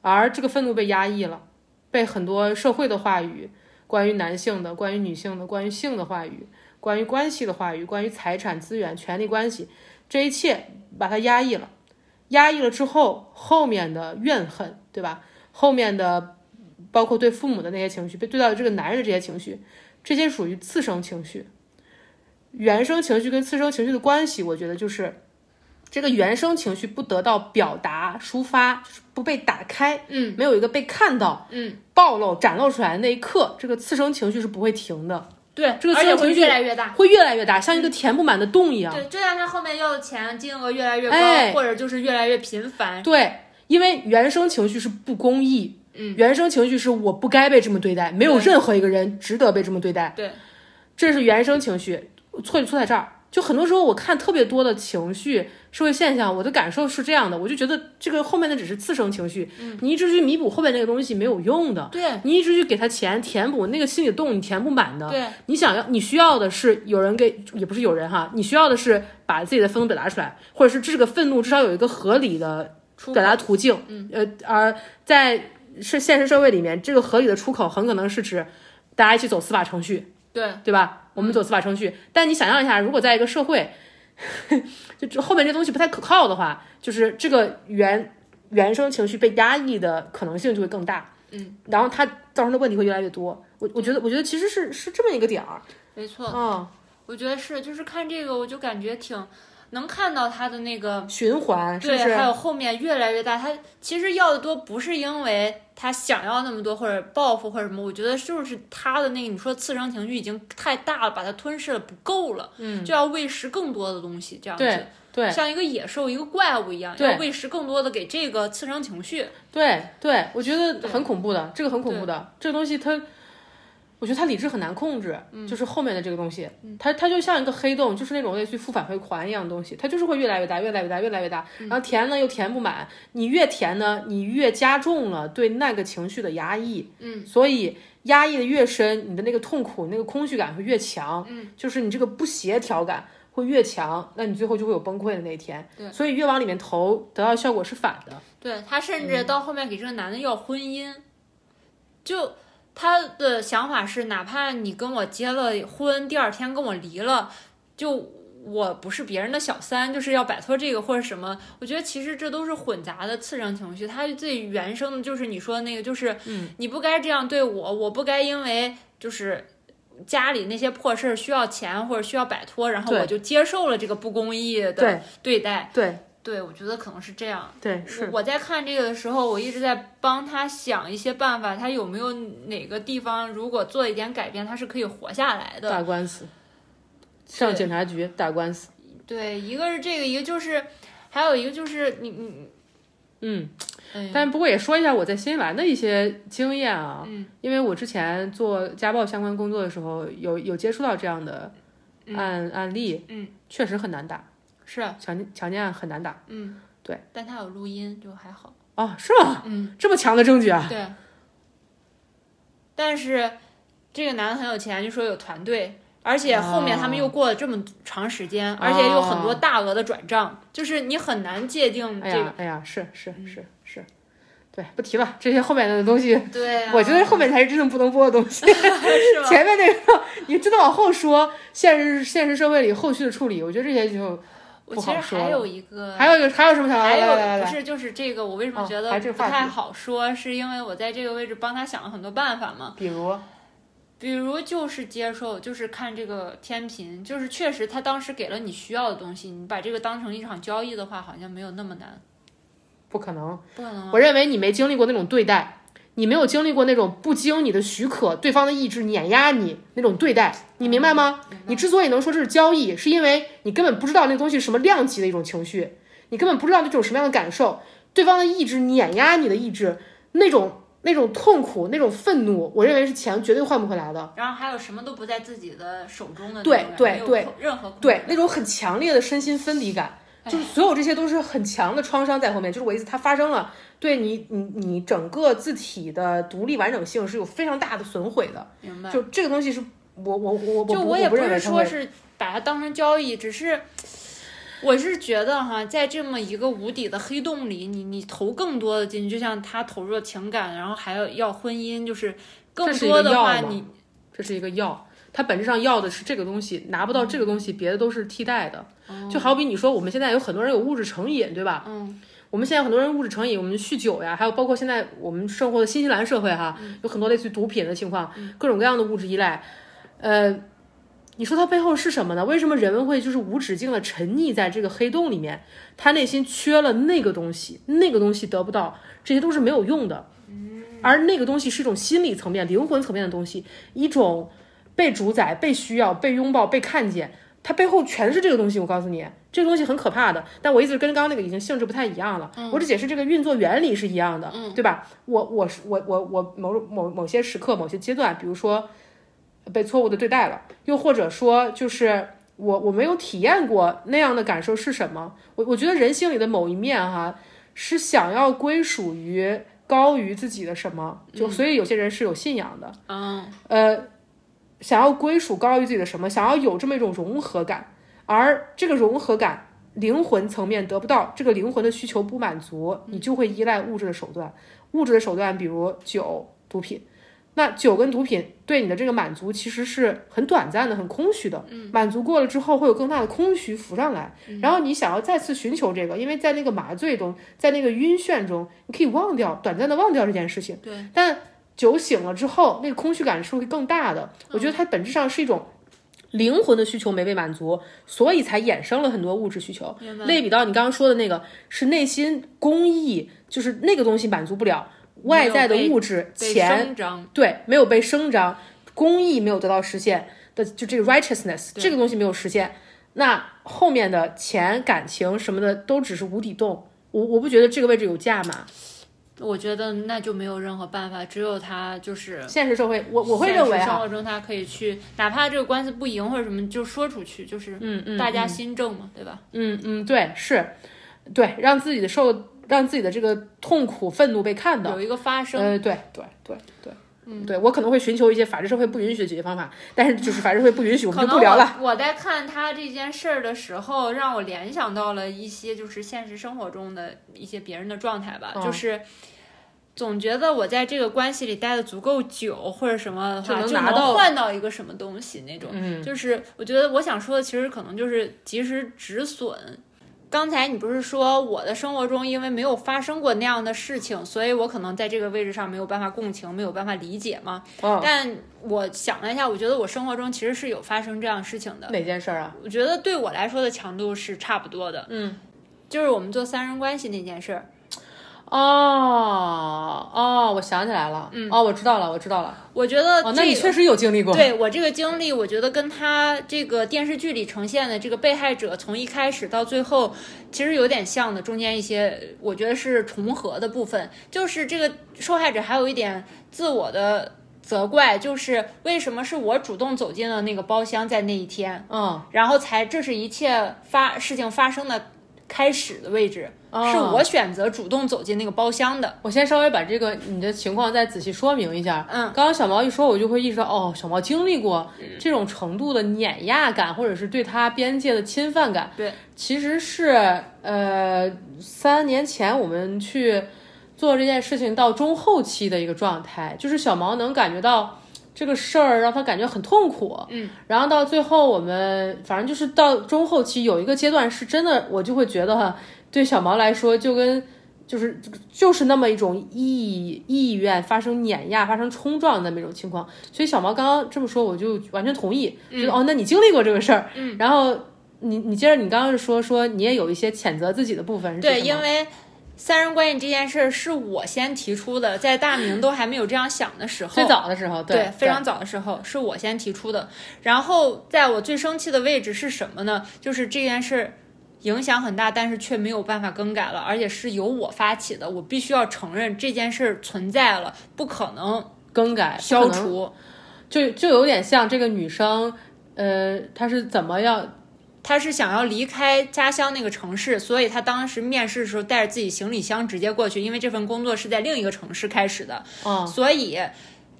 Speaker 2: 而这个愤怒被压抑了，被很多社会的话语，关于男性的、关于女性的、关于性的话语、关于关系的话语、关于财产资源、权利关系，这一切把它压抑了。压抑了之后，后面的怨恨，对吧？后面的包括对父母的那些情绪，被对待这个男人的这些情绪，这些属于次生情绪。原生情绪跟次生情绪的关系，我觉得就是这个原生情绪不得到表达、抒发，就是不被打开，
Speaker 1: 嗯
Speaker 2: 没有一个被看到、
Speaker 1: 嗯，
Speaker 2: 暴露、展露出来的那一刻，这个次生情绪是不会停的，
Speaker 1: 对，
Speaker 2: 这个
Speaker 1: 而且
Speaker 2: 次
Speaker 1: 会
Speaker 2: 生情绪
Speaker 1: 越来越大。
Speaker 2: 会越来越大，像一个填不满的洞一样。
Speaker 1: 对，就像他后面要的钱金额越来越高，
Speaker 2: 哎
Speaker 1: 或者就是越来越频繁。
Speaker 2: 对，因为原生情绪是不公义，
Speaker 1: 嗯，
Speaker 2: 原生情绪是我不该被这么对待，没有
Speaker 1: 对
Speaker 2: 任何一个人值得被这么对待。
Speaker 1: 对，
Speaker 2: 这是原生情绪，错就错在这儿。就很多时候我看特别多的情绪社会现象，我的感受是这样的，我就觉得这个后面的只是次生情绪，你一直去弥补后面那个东西没有用的，
Speaker 1: 嗯对
Speaker 2: 你一直去给他钱填补那个心理洞，你填不满的。
Speaker 1: 对
Speaker 2: 你想要，你需要的是有人给，也不是有人哈，你需要的是把自己的愤怒表达出来，或者是这个愤怒至少有一个合理的
Speaker 1: 出
Speaker 2: 表达途径。嗯，呃，而在是现实社会里面，这个合理的出口很可能是指大家一起走司法程序，
Speaker 1: 对
Speaker 2: 对吧？我们走司法程序，但你想象一下，如果在一个社会， 就这后面这东西不太可靠的话，就是这个原原生情绪被压抑的可能性就会更大。嗯，然后它造成的问题会越来越多。我我觉得，我觉得其实是是这么一个点儿。
Speaker 1: 没错，
Speaker 2: 嗯
Speaker 1: 我觉得是，就是看这个我就感觉挺。能看到他的那个
Speaker 2: 嗯循环啊是不
Speaker 1: 对，
Speaker 2: 是？
Speaker 1: 还有后面越来越大，他其实要的多，不是因为他想要那么多或者报复或者什么，我觉得就是他的那个你说次生情绪已经太大了，把它吞噬了不够了，嗯，就要喂食更多的东西，这样子
Speaker 2: 对，对
Speaker 1: 像一个野兽一个怪物一样，
Speaker 2: 对
Speaker 1: 要喂食更多的给这个次生情绪，
Speaker 2: 对对，我觉得很恐怖的，这个很恐怖的，这个东西它，我觉得它理智很难控制，就是后面的这个东西，它它就像一个黑洞，就是那种类似于负反馈环一样的东西，它就是会越来越大，越来越大，越来越大，然后填呢又填不满，你越填呢，你越加重了对那个情绪的压抑，嗯，所以。压抑的越深，你的那个痛苦、那个空虚感会越强，嗯，就是你这个不协调感会越强，那你最后就会有崩溃的那一天。对，所以越往里面投，得到的效果是反的。
Speaker 1: 对他甚
Speaker 2: 嗯
Speaker 1: 至到后面给这个男的要婚姻，就他的想法是，哪怕你跟我结了婚，第二天跟我离了，就我不是别人的小三，就是要摆脱这个或者什么。我觉得其实这都是混杂的次生情绪，他最原生的就是你说的那个，就是
Speaker 2: 嗯
Speaker 1: 你不该这样对我，我不该因为就是。家里那些破事儿需要钱或者需要摆脱，然后
Speaker 2: 对
Speaker 1: 我就接受了这个不公义的
Speaker 2: 对
Speaker 1: 对待。
Speaker 2: 对，
Speaker 1: 对，我觉得可能是这样。
Speaker 2: 对，
Speaker 1: 我我在看这个的时候，我一直在帮他想一些办法，他有没有哪个地方如果做一点改变，他是可以活下来的。
Speaker 2: 打官司，上警察局打官司。
Speaker 1: 对，一个是这个，一个就是，还有一个就是你你，
Speaker 2: 嗯，
Speaker 1: 哎呀
Speaker 2: 但不过也说一下我在新西兰的一些经验啊，嗯，因为我之前做家暴相关工作的时候，有有接触到这样的案、案例，嗯，确实很难打，
Speaker 1: 是啊，
Speaker 2: 强强奸案很难打
Speaker 1: 嗯，
Speaker 2: 对，
Speaker 1: 但他有录音就还好，
Speaker 2: 啊，是吗？嗯，这么强的证据啊？
Speaker 1: 对。但是这个男的很有钱，就说有团队，而且
Speaker 2: 哦
Speaker 1: 后面他们又过了这么长时间，而且有很多大额的转账，就是你很难界定
Speaker 2: 哎
Speaker 1: 这个。嗯
Speaker 2: 呀，哎呀，是是是是，对，不提了，这些后面的东西，
Speaker 1: 对啊，
Speaker 2: 我觉得后面才是真正不能播的东西。
Speaker 1: 是吧？
Speaker 2: 前面那个你真的往后说，现实现实社会里后续的处理，我觉得这些就
Speaker 1: 我
Speaker 2: 不
Speaker 1: 其实
Speaker 2: 好说
Speaker 1: 还
Speaker 2: 了
Speaker 1: 有一个
Speaker 2: 还有一个还有什么想法？
Speaker 1: 还
Speaker 2: 来来来
Speaker 1: 有不
Speaker 2: 来，
Speaker 1: 是就是这个，我为什么
Speaker 2: 哦
Speaker 1: 觉得
Speaker 2: 还这
Speaker 1: 不
Speaker 2: 个话
Speaker 1: 太好说，是因为我在这个位置帮他想了很多办法嘛。
Speaker 2: 比如
Speaker 1: 比如就是接受，就是看这个天平，就是确实他当时给了你需要的东西，你把这个当成一场交易的话，好像没有那么难，
Speaker 2: 不可能，
Speaker 1: 不可能啊。
Speaker 2: 我认为你没经历过那种对待，你没有经历过那种不经你的许可，对方的意志碾压你那种对待，你嗯明白吗？你之所以能说这是交易，是因为你根本不知道那个东西是什么量级的一种情绪，你根本不知道那种什么样的感受，对方的意志碾压你的意志，那种那种痛苦，那种愤怒，我认为是钱绝对换不回来的。
Speaker 1: 然后还有什么都不在自己的手中的那种
Speaker 2: 嗯对
Speaker 1: 感觉，
Speaker 2: 对
Speaker 1: 没有
Speaker 2: 对
Speaker 1: 控任何控
Speaker 2: 对
Speaker 1: 制，
Speaker 2: 那种很强烈的身心分离感，就是
Speaker 1: 哎
Speaker 2: 所有这些都是很强的创伤在后面。就是我意思，它发生了，对你你你整个字体的独立完整性是有非常大的损毁的。
Speaker 1: 明白。
Speaker 2: 就这个东西是我我我我
Speaker 1: 就
Speaker 2: 我
Speaker 1: 也
Speaker 2: 不
Speaker 1: 不
Speaker 2: 认为
Speaker 1: 是
Speaker 2: 它
Speaker 1: 说
Speaker 2: 会
Speaker 1: 是把它当成交易，只是我是觉得哈，在这么一个无底的黑洞里，你你投更多的进去，就像他投入了情感，然后还要要婚姻，就是
Speaker 2: 这
Speaker 1: 更
Speaker 2: 是一
Speaker 1: 多
Speaker 2: 个
Speaker 1: 的
Speaker 2: 药
Speaker 1: 话，
Speaker 2: 嘛
Speaker 1: 你
Speaker 2: 这是一个药，它本质上要的是这个东西，拿不到这个东西，别的都是替代的。就好比你说，我们现在有很多人有物质成瘾，对吧？
Speaker 1: 嗯，
Speaker 2: 我们现在很多人物质成瘾，我们酗酒呀，还有包括现在我们生活的新西兰社会哈，有很多类似于毒品的情况，各种各样的物质依赖。呃，你说它背后是什么呢？为什么人们会就是无止境的沉溺在这个黑洞里面？他内心缺了那个东西，那个东西得不到，这些都是没有用的。而那个东西是一种心理层面、灵魂层面的东西，一种被主宰、被需要、被拥抱、被看见，它背后全是这个东西。我告诉你，这个东西很可怕的。但我意思是跟刚刚那个已经性质不太一样了，我只解释这个运作原理是一样的，对吧？我我是我我我某某某些时刻、某些阶段，比如说呃被错误的对待了，又或者说就是。我我没有体验过那样的感受是什么？我我觉得人性里的某一面哈、是想要归属于高于自己的什么，就所以有些人是有信仰的，
Speaker 1: 嗯，
Speaker 2: 呃，想要归属高于自己的什么，想要有这么一种融合感，而这个融合感灵魂层面得不到，这个灵魂的需求不满足，你就会依赖物质的手段，物质的手段比如酒、毒品。那酒跟毒品对你的这个满足其实是很短暂的、很空虚的。满足过了之后，会有更大的空虚浮上来，然后你想要再次寻求这个，因为在那个麻醉中，在那个晕眩中，你可以忘掉，短暂的忘掉这件事情。
Speaker 1: 对，嗯
Speaker 2: 但酒醒了之后，那个空虚感是会更大的。我觉得它本质上是一种灵魂的需求没被满足，所以才衍生了很多物质需求。类比到你刚刚说的那个，是内心公益，就是那个东西满足不了，外在的物质
Speaker 1: 被
Speaker 2: 钱，
Speaker 1: 声张，
Speaker 2: 对，没有被生长，公益没有得到实现的，就这个 righteousness
Speaker 1: 对
Speaker 2: 这个东西没有实现，那后面的钱、感情什么的都只是无底洞。我我不觉得这个位置有价码，
Speaker 1: 我觉得那就没有任何办法，只有他就是
Speaker 2: 现实社会，我我会认为
Speaker 1: 现实生
Speaker 2: 啊，
Speaker 1: 活中他可以去，哪怕这个官司不赢或者什么，就说出去，就是
Speaker 2: 嗯嗯，
Speaker 1: 大家心正嘛，对吧？
Speaker 2: 嗯嗯，对，是，对，让自己的受，让自己的这个痛苦、愤怒被看到。
Speaker 1: 有一个发声，
Speaker 2: 呃，对对对对，嗯，对我可能会寻求一些法治社会不允许的解决方法，但是就是法治社会不允许，我们
Speaker 1: 可
Speaker 2: 就
Speaker 1: 能
Speaker 2: 不聊了。
Speaker 1: 我。我在看他这件事儿的时候，让我联想到了一些就是现实生活中的一些别人的状态吧，
Speaker 2: 嗯
Speaker 1: 就是。总觉得我在这个关系里待的足够久，或者什么的话，
Speaker 2: 就能
Speaker 1: 就
Speaker 2: 拿到
Speaker 1: 换到一个什么东西那种。
Speaker 2: 嗯
Speaker 1: 就是我觉得我想说的，其实可能就是及时止损。刚才你不是说我的生活中因为没有发生过那样的事情，所以我可能在这个位置上没有办法共情，没有办法理解吗？
Speaker 2: 嗯，
Speaker 1: 但我想了一下，我觉得我生活中其实是有发生这样事情的。
Speaker 2: 哪件事儿啊？
Speaker 1: 我觉得对我来说的强度是差不多的，
Speaker 2: 嗯，
Speaker 1: 就是我们做三人关系那件事儿，
Speaker 2: 哦哦，我想起来了，嗯，哦，我知道了，我知道了。
Speaker 1: 我觉得这个、
Speaker 2: 哦，那你确实有经历过，，
Speaker 1: 对我这个经历，我觉得跟他这个电视剧里呈现的这个被害者从一开始到最后，其实有点像的，中间一些我觉得是重合的部分，就是这个受害者还有一点自我的责怪，就是为什么是我主动走进了那个包厢，在那一天，
Speaker 2: 嗯，
Speaker 1: 然后才这是一切发事情发生的开始的位置，
Speaker 2: 哦
Speaker 1: 是我选择主动走进那个包厢的。
Speaker 2: 我先稍微把这个你的情况再仔细说明一下。
Speaker 1: 嗯
Speaker 2: 刚刚小毛一说，我就会意识到，哦，小毛经历过这种程度的碾压感，或者是对他边界的侵犯感。
Speaker 1: 对，
Speaker 2: 其实是呃，三年前我们去做这件事情到中后期的一个状态，就是小毛能感觉到这个事儿让他感觉很痛苦。
Speaker 1: 嗯，
Speaker 2: 然后到最后我们反正就是到中后期有一个阶段是真的，我就会觉得哈，对小毛来说就跟。就是就是那么一种意意愿发生碾压、发生冲撞的那么一种情况，所以小毛刚刚这么说，我就完全同意，
Speaker 1: 嗯
Speaker 2: 就哦，那你经历过这个事儿，嗯，然后你你接着你刚刚是说说你也有一些谴责自己的部分，是
Speaker 1: 对，
Speaker 2: 什么
Speaker 1: 因为三人关系这件事儿是我先提出的，在大明都还没有这样想的时候，
Speaker 2: 最早的时候，
Speaker 1: 对
Speaker 2: 对，
Speaker 1: 非常早的时候是我先提出的。然后在我最生气的位置是什么呢？就是这件事影响很大，但是却没有办法更改了，而且是由我发起的，我必须要承认这件事儿存在了，不可能
Speaker 2: 更改
Speaker 1: 消，
Speaker 2: 可能
Speaker 1: 除。
Speaker 2: 就就有点像这个女生，呃，她是怎么样
Speaker 1: 他是想要离开家乡那个城市，所以他当时面试的时候带着自己行李箱直接过去，因为这份工作是在另一个城市开始的，
Speaker 2: 啊？
Speaker 1: 所以，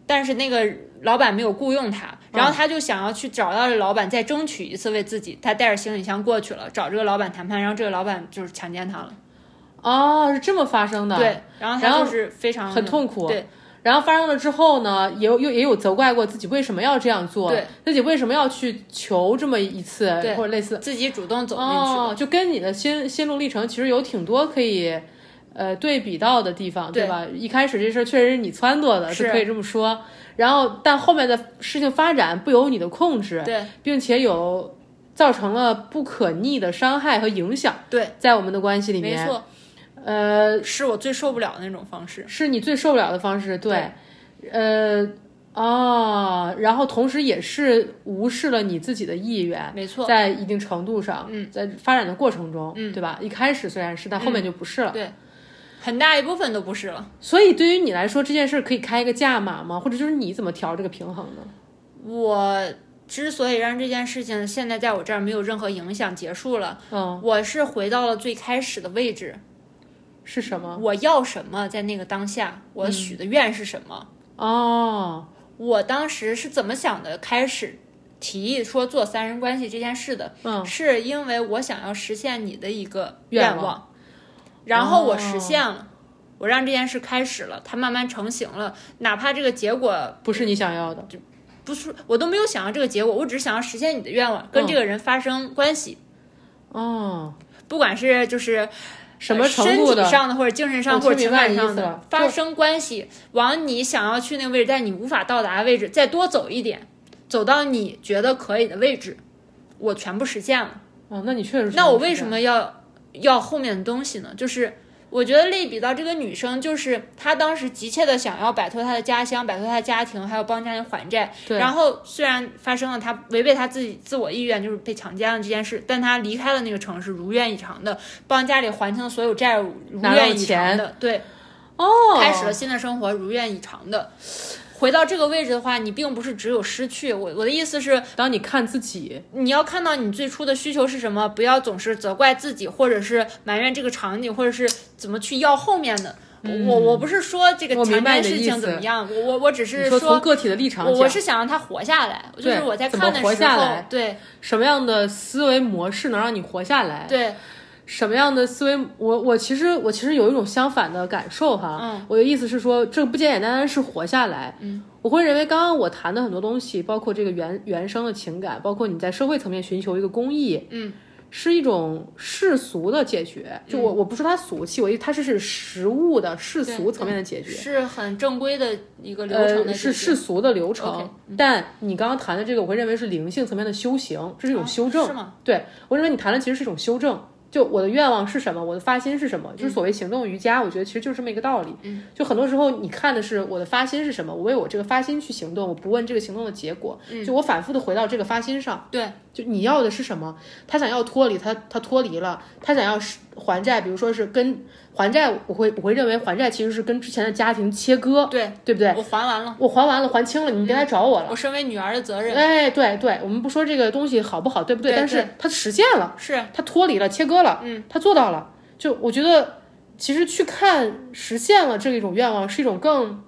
Speaker 1: 但是那个老板没有雇佣
Speaker 2: 哦
Speaker 1: 他，然后他就想要去找到这老板再争取一次为自己，他带着行李箱过去了，找这个老板谈判，然后这个老板就是强奸他了，
Speaker 2: 哦，是这么发生的，
Speaker 1: 对，然后他
Speaker 2: 然后
Speaker 1: 就是非常
Speaker 2: 很痛苦。
Speaker 1: 对，
Speaker 2: 然后发生了之后呢，也有又也有责怪过自己为什么要这样做，
Speaker 1: 对，
Speaker 2: 自己为什么要去求这么一次
Speaker 1: 对
Speaker 2: 或者类似，
Speaker 1: 自己主动走进去的。
Speaker 2: 哦，就跟你的心心路历程其实有挺多可以。呃，对比到的地方，
Speaker 1: 对
Speaker 2: 对吧？一开始这事儿确实是你撺掇的，
Speaker 1: 是
Speaker 2: 可以这么说。然后，但后面的事情发展不由你的控制，
Speaker 1: 对
Speaker 2: 并且有造成了不可逆的伤害和影响，
Speaker 1: 对，
Speaker 2: 在我们的关系里
Speaker 1: 没
Speaker 2: 面，
Speaker 1: 错，
Speaker 2: 呃，
Speaker 1: 是我最受不了的那种方式。
Speaker 2: 是你最受不了的方式，对，呃，哦，然后同时也是无视了你自己的意愿，
Speaker 1: 没错，
Speaker 2: 在一定程度上，嗯，在发展的过程中，嗯，对吧？一开始虽然
Speaker 1: 嗯
Speaker 2: 是，但后面就不是了。
Speaker 1: 对，很大一部分都不是了。
Speaker 2: 所以对于你来说，这件事儿可以开一个价码吗？或者就是你怎么调这个平衡呢？
Speaker 1: 我之所以让这件事情现在在我这儿没有任何影响结束了，
Speaker 2: 嗯，
Speaker 1: 我是回到了最开始的位置。
Speaker 2: 是什么？
Speaker 1: 我要什么，在那个当下，我许的愿是什么？
Speaker 2: 哦，
Speaker 1: 我当时是怎么想的？开始提议说做三人关系这件事的，
Speaker 2: 嗯，
Speaker 1: 是因为我想要实现你的一个
Speaker 2: 愿
Speaker 1: 愿
Speaker 2: 望
Speaker 1: 望，哦然后我实现了。我让这件事开始了，它慢慢成型了，哪怕这个结果
Speaker 2: 不是你想要的，
Speaker 1: 不是我都没有想要这个结果，我只是想要实现你的愿望，
Speaker 2: 嗯
Speaker 1: 跟这个人发生关系，
Speaker 2: 哦，
Speaker 1: 不管是就是
Speaker 2: 什么程
Speaker 1: 呃身
Speaker 2: 度
Speaker 1: 体
Speaker 2: 的？
Speaker 1: 上的，或者精神
Speaker 2: 我
Speaker 1: 上，或者
Speaker 2: 听
Speaker 1: 情
Speaker 2: 明白
Speaker 1: 感
Speaker 2: 你意
Speaker 1: 上
Speaker 2: 思
Speaker 1: 的
Speaker 2: 了
Speaker 1: 发
Speaker 2: 就
Speaker 1: 生关系，往你想要去那个位置，但你无法到达的位置，再多走一点，走到你觉得可以的位置，我全部实现了。
Speaker 2: 哦，那你确实是
Speaker 1: 那我为什么要要后面的东西呢？就是我觉得类比到这个女生，就是她当时急切的想要摆脱她的家乡，摆脱她的家庭，还有帮家人还债。
Speaker 2: 对
Speaker 1: 然后虽然发生了她违背她自己自我意愿，就是被强奸了这件事，但她离开了那个城市，如愿以偿的帮家里还清了所有债务，如
Speaker 2: 拿到
Speaker 1: 愿以偿的，对，
Speaker 2: 哦
Speaker 1: 开始了新的生活，如愿以偿的。回到这个位置的话，你并不是只有失去。我我的意思是，
Speaker 2: 当你看自己，
Speaker 1: 你要看到你最初的需求是什么，不要总是责怪自己，或者是埋怨这个场景，或者是怎么去要后面的。我我不是说这个
Speaker 2: 嗯我明
Speaker 1: 强
Speaker 2: 白
Speaker 1: 奸
Speaker 2: 你的
Speaker 1: 事
Speaker 2: 意
Speaker 1: 情
Speaker 2: 思
Speaker 1: 怎么样，我我我只是
Speaker 2: 你说从个体的立场
Speaker 1: 我
Speaker 2: 讲，
Speaker 1: 我是想让他活下来，就是
Speaker 2: 对
Speaker 1: 我在
Speaker 2: 怎么
Speaker 1: 看的
Speaker 2: 活
Speaker 1: 时
Speaker 2: 下
Speaker 1: 候
Speaker 2: 来，
Speaker 1: 对
Speaker 2: 什么样的思维模式能让你活下来？
Speaker 1: 对，
Speaker 2: 什么样的思维？我我其实我其实有一种相反的感受哈，
Speaker 1: 嗯
Speaker 2: 我的意思是说，这不简简单单是活下来，嗯，我会认为刚刚我谈的很多东西，包括这个原原生的情感，包括你在社会层面寻求一个公益，
Speaker 1: 嗯，
Speaker 2: 是一种世俗的解决。就我、我不说它俗气，我它是是实物的世俗
Speaker 1: 对
Speaker 2: 层面的解决，
Speaker 1: 是很正规的一个流程的
Speaker 2: 呃，
Speaker 1: 解决、
Speaker 2: 是世俗的流程
Speaker 1: OK，嗯
Speaker 2: 但你刚刚谈的这个，我会认为是灵性层面的修行，这是一种
Speaker 1: 啊
Speaker 2: 修正。
Speaker 1: 是吗？
Speaker 2: 对我认为你谈的其实是一种修正。就我的愿望是什么，我的发心是什么，就是所谓行动瑜伽，我觉得其实就是这么一个道理。
Speaker 1: 嗯
Speaker 2: 就很多时候你看的是我的发心是什么，我为我这个发心去行动，我不问这个行动的结果，
Speaker 1: 嗯
Speaker 2: 就我反复的回到这个发心上。
Speaker 1: 对，
Speaker 2: 就你要的是什么？他想要脱离，他他脱离了，他想要是还债，比如说是跟还债，我会我会认为还债其实是跟之前的家庭切割，
Speaker 1: 对
Speaker 2: 对不对？
Speaker 1: 我还完了，
Speaker 2: 我还完了，还清了，你别来找我了。
Speaker 1: 我身为女儿的责任
Speaker 2: 哎，对对，我们不说这个东西好不好，对不对？
Speaker 1: 对
Speaker 2: 但是
Speaker 1: 对
Speaker 2: 他实现了，
Speaker 1: 是
Speaker 2: 他脱离了，切割了，
Speaker 1: 嗯，
Speaker 2: 他做到了。就我觉得，其实去看实现了这一种愿望，是一种更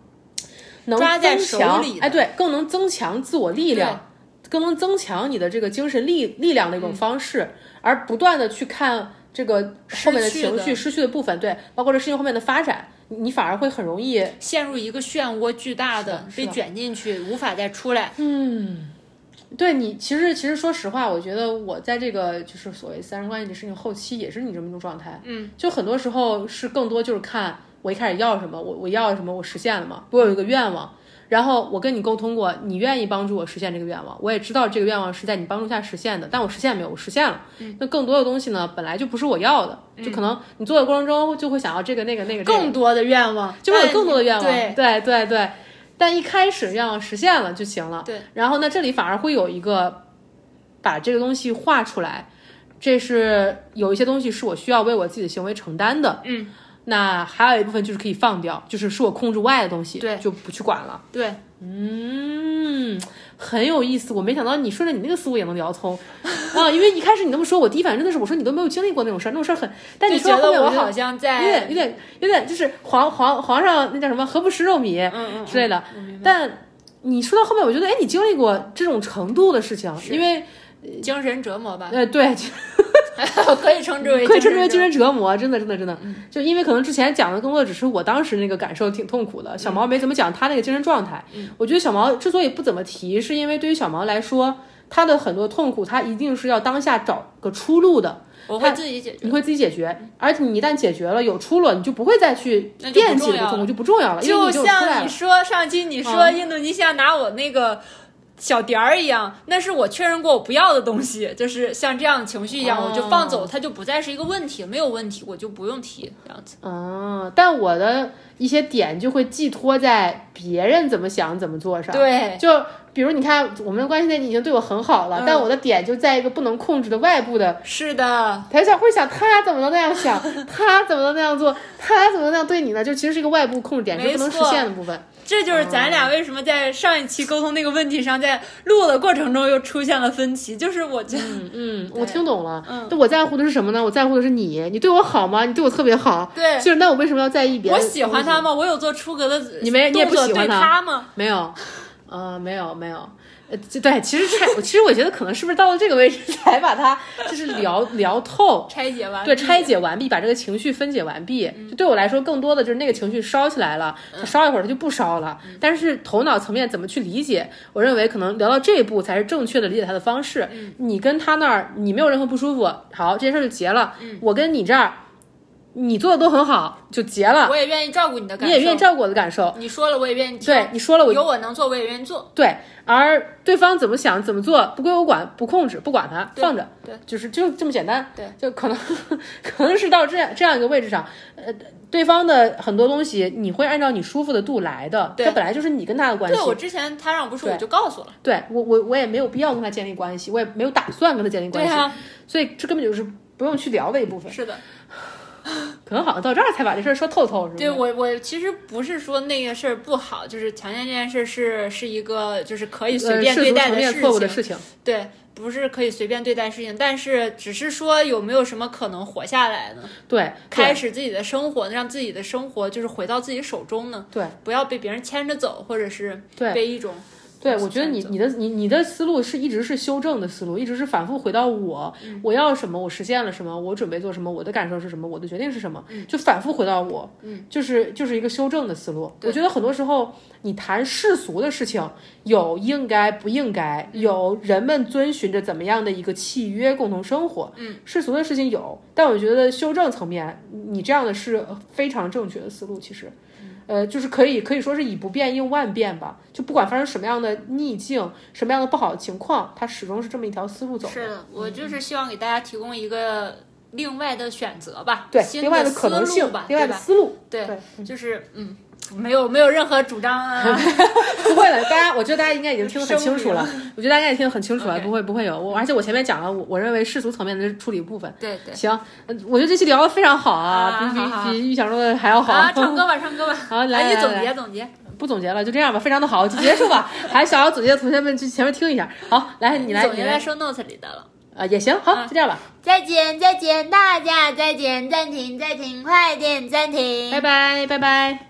Speaker 2: 能
Speaker 1: 抓在
Speaker 2: 增
Speaker 1: 手
Speaker 2: 强
Speaker 1: 里的
Speaker 2: 哎，对，更能增强自我力量，更能增强你的这个精神力力量的一种方式，而不断的去看这个后面的
Speaker 1: 嗯失去的
Speaker 2: 情绪失去的部分，对，包括这事情后面的发展，你你反而会很容易，
Speaker 1: 陷入一个漩涡，巨大
Speaker 2: 是
Speaker 1: 的
Speaker 2: 的是
Speaker 1: 被
Speaker 2: 的
Speaker 1: 卷进去，无法再出来。嗯
Speaker 2: 对你，其实其实说实话，我觉得我在这个就是所谓三人关系的事情后期，也是你这么一种状态。
Speaker 1: 嗯，
Speaker 2: 就很多时候是更多就是看我一开始要什么，我我要什么，我实现了吗？我有一个愿望，然后我跟你沟通过，你愿意帮助我实现这个愿望，我也知道这个愿望是在你帮助下实现的，但我实现没有，我实现了。
Speaker 1: 嗯
Speaker 2: 那更多的东西呢，本来就不是我要的，就可能你做的过程中就会想要这个那个那个这个
Speaker 1: 更多的愿望，
Speaker 2: 就会有
Speaker 1: 但
Speaker 2: 更多的愿望。
Speaker 1: 对，
Speaker 2: 对对对但一开始愿望实现了就行了。
Speaker 1: 对，
Speaker 2: 然后呢，这里反而会有一个把这个东西画出来，这是有一些东西是我需要为我自己的行为承担的。
Speaker 1: 嗯，
Speaker 2: 那还有一部分就是可以放掉，就是是我控制外的东西，
Speaker 1: 对
Speaker 2: 就不去管了。
Speaker 1: 对，
Speaker 2: 嗯，很有意思，我没想到你顺着你那个思路也能 聊通啊！因为一开始你那么说，我第一反应真的是我说你都没有经历过那种事儿，那种事儿很……但你
Speaker 1: 就
Speaker 2: 说
Speaker 1: 觉
Speaker 2: 到后面
Speaker 1: 得我
Speaker 2: 觉得
Speaker 1: 好像
Speaker 2: 有点
Speaker 1: 在，嗯
Speaker 2: 有点有点就是皇皇皇上那叫什么何不食肉糜
Speaker 1: 嗯
Speaker 2: 之类的。
Speaker 1: 嗯，我明
Speaker 2: 但你说到后面，我觉得哎，你经历过这种程度的事情，
Speaker 1: 是
Speaker 2: 因为
Speaker 1: 白精神折磨吧，
Speaker 2: 呃对，
Speaker 1: 可以称之为
Speaker 2: 可以称之为
Speaker 1: 精
Speaker 2: 精
Speaker 1: 神嗯
Speaker 2: 神折磨，真的真的真的，就因为可能之前讲的更多的只是我当时那个感受挺痛苦的，小毛
Speaker 1: 嗯
Speaker 2: 没怎么讲他那个精神状态。我觉得小毛之所以不怎么提，是因为对于小毛来说，他的很多痛苦，他一定是要当下找个出路的，
Speaker 1: 折磨，我会自己解决。
Speaker 2: 你会自己解决，而且你一旦解决了有出路，你就不会再去
Speaker 1: 嗯那就不
Speaker 2: 惦记
Speaker 1: 重
Speaker 2: 这个
Speaker 1: 要
Speaker 2: 痛苦，就不重要了，因为
Speaker 1: 就
Speaker 2: 你就出来
Speaker 1: 像
Speaker 2: 了嗯
Speaker 1: 你。说上期你说印度尼西亚拿我那个小碟儿一样，那是我确认过我不要的东西，就是像这样的情绪一样，
Speaker 2: 哦
Speaker 1: 我就放走，它就不再是一个问题，没有问题我就不用提这样子。
Speaker 2: 嗯，但我的一些点就会寄托在别人怎么想、怎么做上。，
Speaker 1: 对，
Speaker 2: 就比如你看，我们的关系内已经对我很好了，
Speaker 1: 嗯
Speaker 2: 但我的点就在一个不能控制的外部的。
Speaker 1: 是的，
Speaker 2: 他想会想他怎么能那样想，他怎么能那样做，他怎么能那样对你呢？就其实是一个外部控制点，是
Speaker 1: 没
Speaker 2: 不能实
Speaker 1: 错
Speaker 2: 现的部分。嗯
Speaker 1: 这就是咱俩为什么在上一期沟通那个问题上，在录的过程中又出现了分歧。就是我觉得，
Speaker 2: 嗯嗯，我
Speaker 1: 对
Speaker 2: 听懂了。
Speaker 1: 嗯
Speaker 2: 但我在乎的是什么呢？我在乎的是你，你对我好吗？你对我特别好。
Speaker 1: 对
Speaker 2: 就是那我为什么要在意别
Speaker 1: 我
Speaker 2: 人？
Speaker 1: 喜欢他？吗？我有做出格的
Speaker 2: 你没你也不
Speaker 1: 动作
Speaker 2: 喜欢
Speaker 1: 对
Speaker 2: 他
Speaker 1: 他吗？
Speaker 2: 没有，呃，没有，没有。呃，这对，其实这，其实我觉得可能是不是到了这个位置才把它就是聊聊透，
Speaker 1: 拆解完
Speaker 2: 对，拆解完毕，把这个情绪分解完毕。
Speaker 1: 嗯
Speaker 2: 就对我来说，更多的就是那个情绪烧起来了，它烧一会儿它就不烧了。
Speaker 1: 嗯
Speaker 2: 但是头脑层面怎么去理解，我认为可能聊到这一步才是正确的理解它的方式。
Speaker 1: 嗯嗯
Speaker 2: 你跟他那儿，你没有任何不舒服，好，这件事儿就结了。我跟你这儿。你做的都很好，就结了，
Speaker 1: 我也愿意照顾你的感
Speaker 2: 你
Speaker 1: 受，嗯
Speaker 2: 也愿意照顾我的感受。
Speaker 1: 你说了我也愿意听，
Speaker 2: 对，你说了我
Speaker 1: 有我能做我也愿意做，
Speaker 2: 对，而对方怎么想怎么做不归我管，不控制，不管他，
Speaker 1: 对
Speaker 2: 放着，
Speaker 1: 对，
Speaker 2: 就是就这么简单。
Speaker 1: 对，
Speaker 2: 就可能可能是到这样这样一个位置上，呃，对方的很多东西你会按照你舒服的度来的，
Speaker 1: 对
Speaker 2: 这本来就是你跟他的关系
Speaker 1: 对。我之前他让我不说，我就告诉了，
Speaker 2: 对我我我也没有必要跟他建立关系，我也没有打算跟他建立
Speaker 1: 对
Speaker 2: 关系，
Speaker 1: 啊，
Speaker 2: 所以这根本就是不用去聊的一部分。
Speaker 1: 是的，
Speaker 2: 可能好像到这儿才把这事儿说透透，是吧？
Speaker 1: 对我我其实不是说那个事儿不好，就是强奸这件事是是一个就是可以随
Speaker 2: 呃
Speaker 1: 便
Speaker 2: 世
Speaker 1: 对
Speaker 2: 俗
Speaker 1: 待
Speaker 2: 层
Speaker 1: 的
Speaker 2: 面
Speaker 1: 事
Speaker 2: 错误的
Speaker 1: 情，
Speaker 2: 事情，
Speaker 1: 对，不是可以随便对待事情，但是只是说有没有什么可能活下来呢？
Speaker 2: 对，
Speaker 1: 开始自己的生活，让自己的生活就是回到自己手中呢？
Speaker 2: 对，
Speaker 1: 不要被别人牵着走，或者是
Speaker 2: 对
Speaker 1: 被一种
Speaker 2: 对，
Speaker 1: 东西
Speaker 2: 我觉得
Speaker 1: 牵
Speaker 2: 你
Speaker 1: 走
Speaker 2: 你的你你的思路是一直是修正的思路，一直是反复回到我、我要什么，我实现了什么，我准备做什么，我的感受是什么，我的决定是什么，就反复回到我，嗯，就是就是一个修正的思路。我觉得很多时候你谈世俗的事情，有应该不应该，有人们遵循着怎么样的一个契约共同生活，嗯，世俗的事情有，但我觉得修正层面，你这样的是非常正确的思路，其实。呃，就是可以可以说是以不变应万变吧，就不管发生什么样的逆境，什么样的不好的情况，它始终是这么一条思路走。
Speaker 1: 是的，我就是希望给大家提供一个另外的选择吧，
Speaker 2: 对，
Speaker 1: 新
Speaker 2: 另外的
Speaker 1: 思
Speaker 2: 可能
Speaker 1: 路
Speaker 2: 性
Speaker 1: 吧，，
Speaker 2: 另外
Speaker 1: 对
Speaker 2: 的
Speaker 1: 吧？
Speaker 2: 思路，
Speaker 1: 对，
Speaker 2: 对
Speaker 1: 就是嗯，没有没有任何主张 啊，
Speaker 2: 不会了。大 家，我觉得大家应该已经听得很清楚了，我觉得大家也听得很清楚了，
Speaker 1: OK
Speaker 2: 不会不会有我。而且我前面讲了，我我认为世俗层面的处理部分。
Speaker 1: 对对。
Speaker 2: 行，呃我觉得这期聊的非常好
Speaker 1: 啊
Speaker 2: 啊，比
Speaker 1: 好好
Speaker 2: 比比预想中的还要好。
Speaker 1: 啊，唱歌吧，唱歌吧！
Speaker 2: 好来
Speaker 1: 哎你
Speaker 2: 来
Speaker 1: 总
Speaker 2: 来
Speaker 1: 结总结，
Speaker 2: 不总结了，就这样吧，非常的好，就结束吧。还想要总结的同学们去前面听一下。好，来你来
Speaker 1: 总
Speaker 2: 你
Speaker 1: 结
Speaker 2: 来
Speaker 1: 在
Speaker 2: 啊、
Speaker 1: show notes 里的了。
Speaker 2: 也行，好，
Speaker 1: 啊
Speaker 2: 就这样吧，
Speaker 1: 再见，再见，大家再见，暂停，暂停，快点暂停，
Speaker 2: 拜拜拜拜。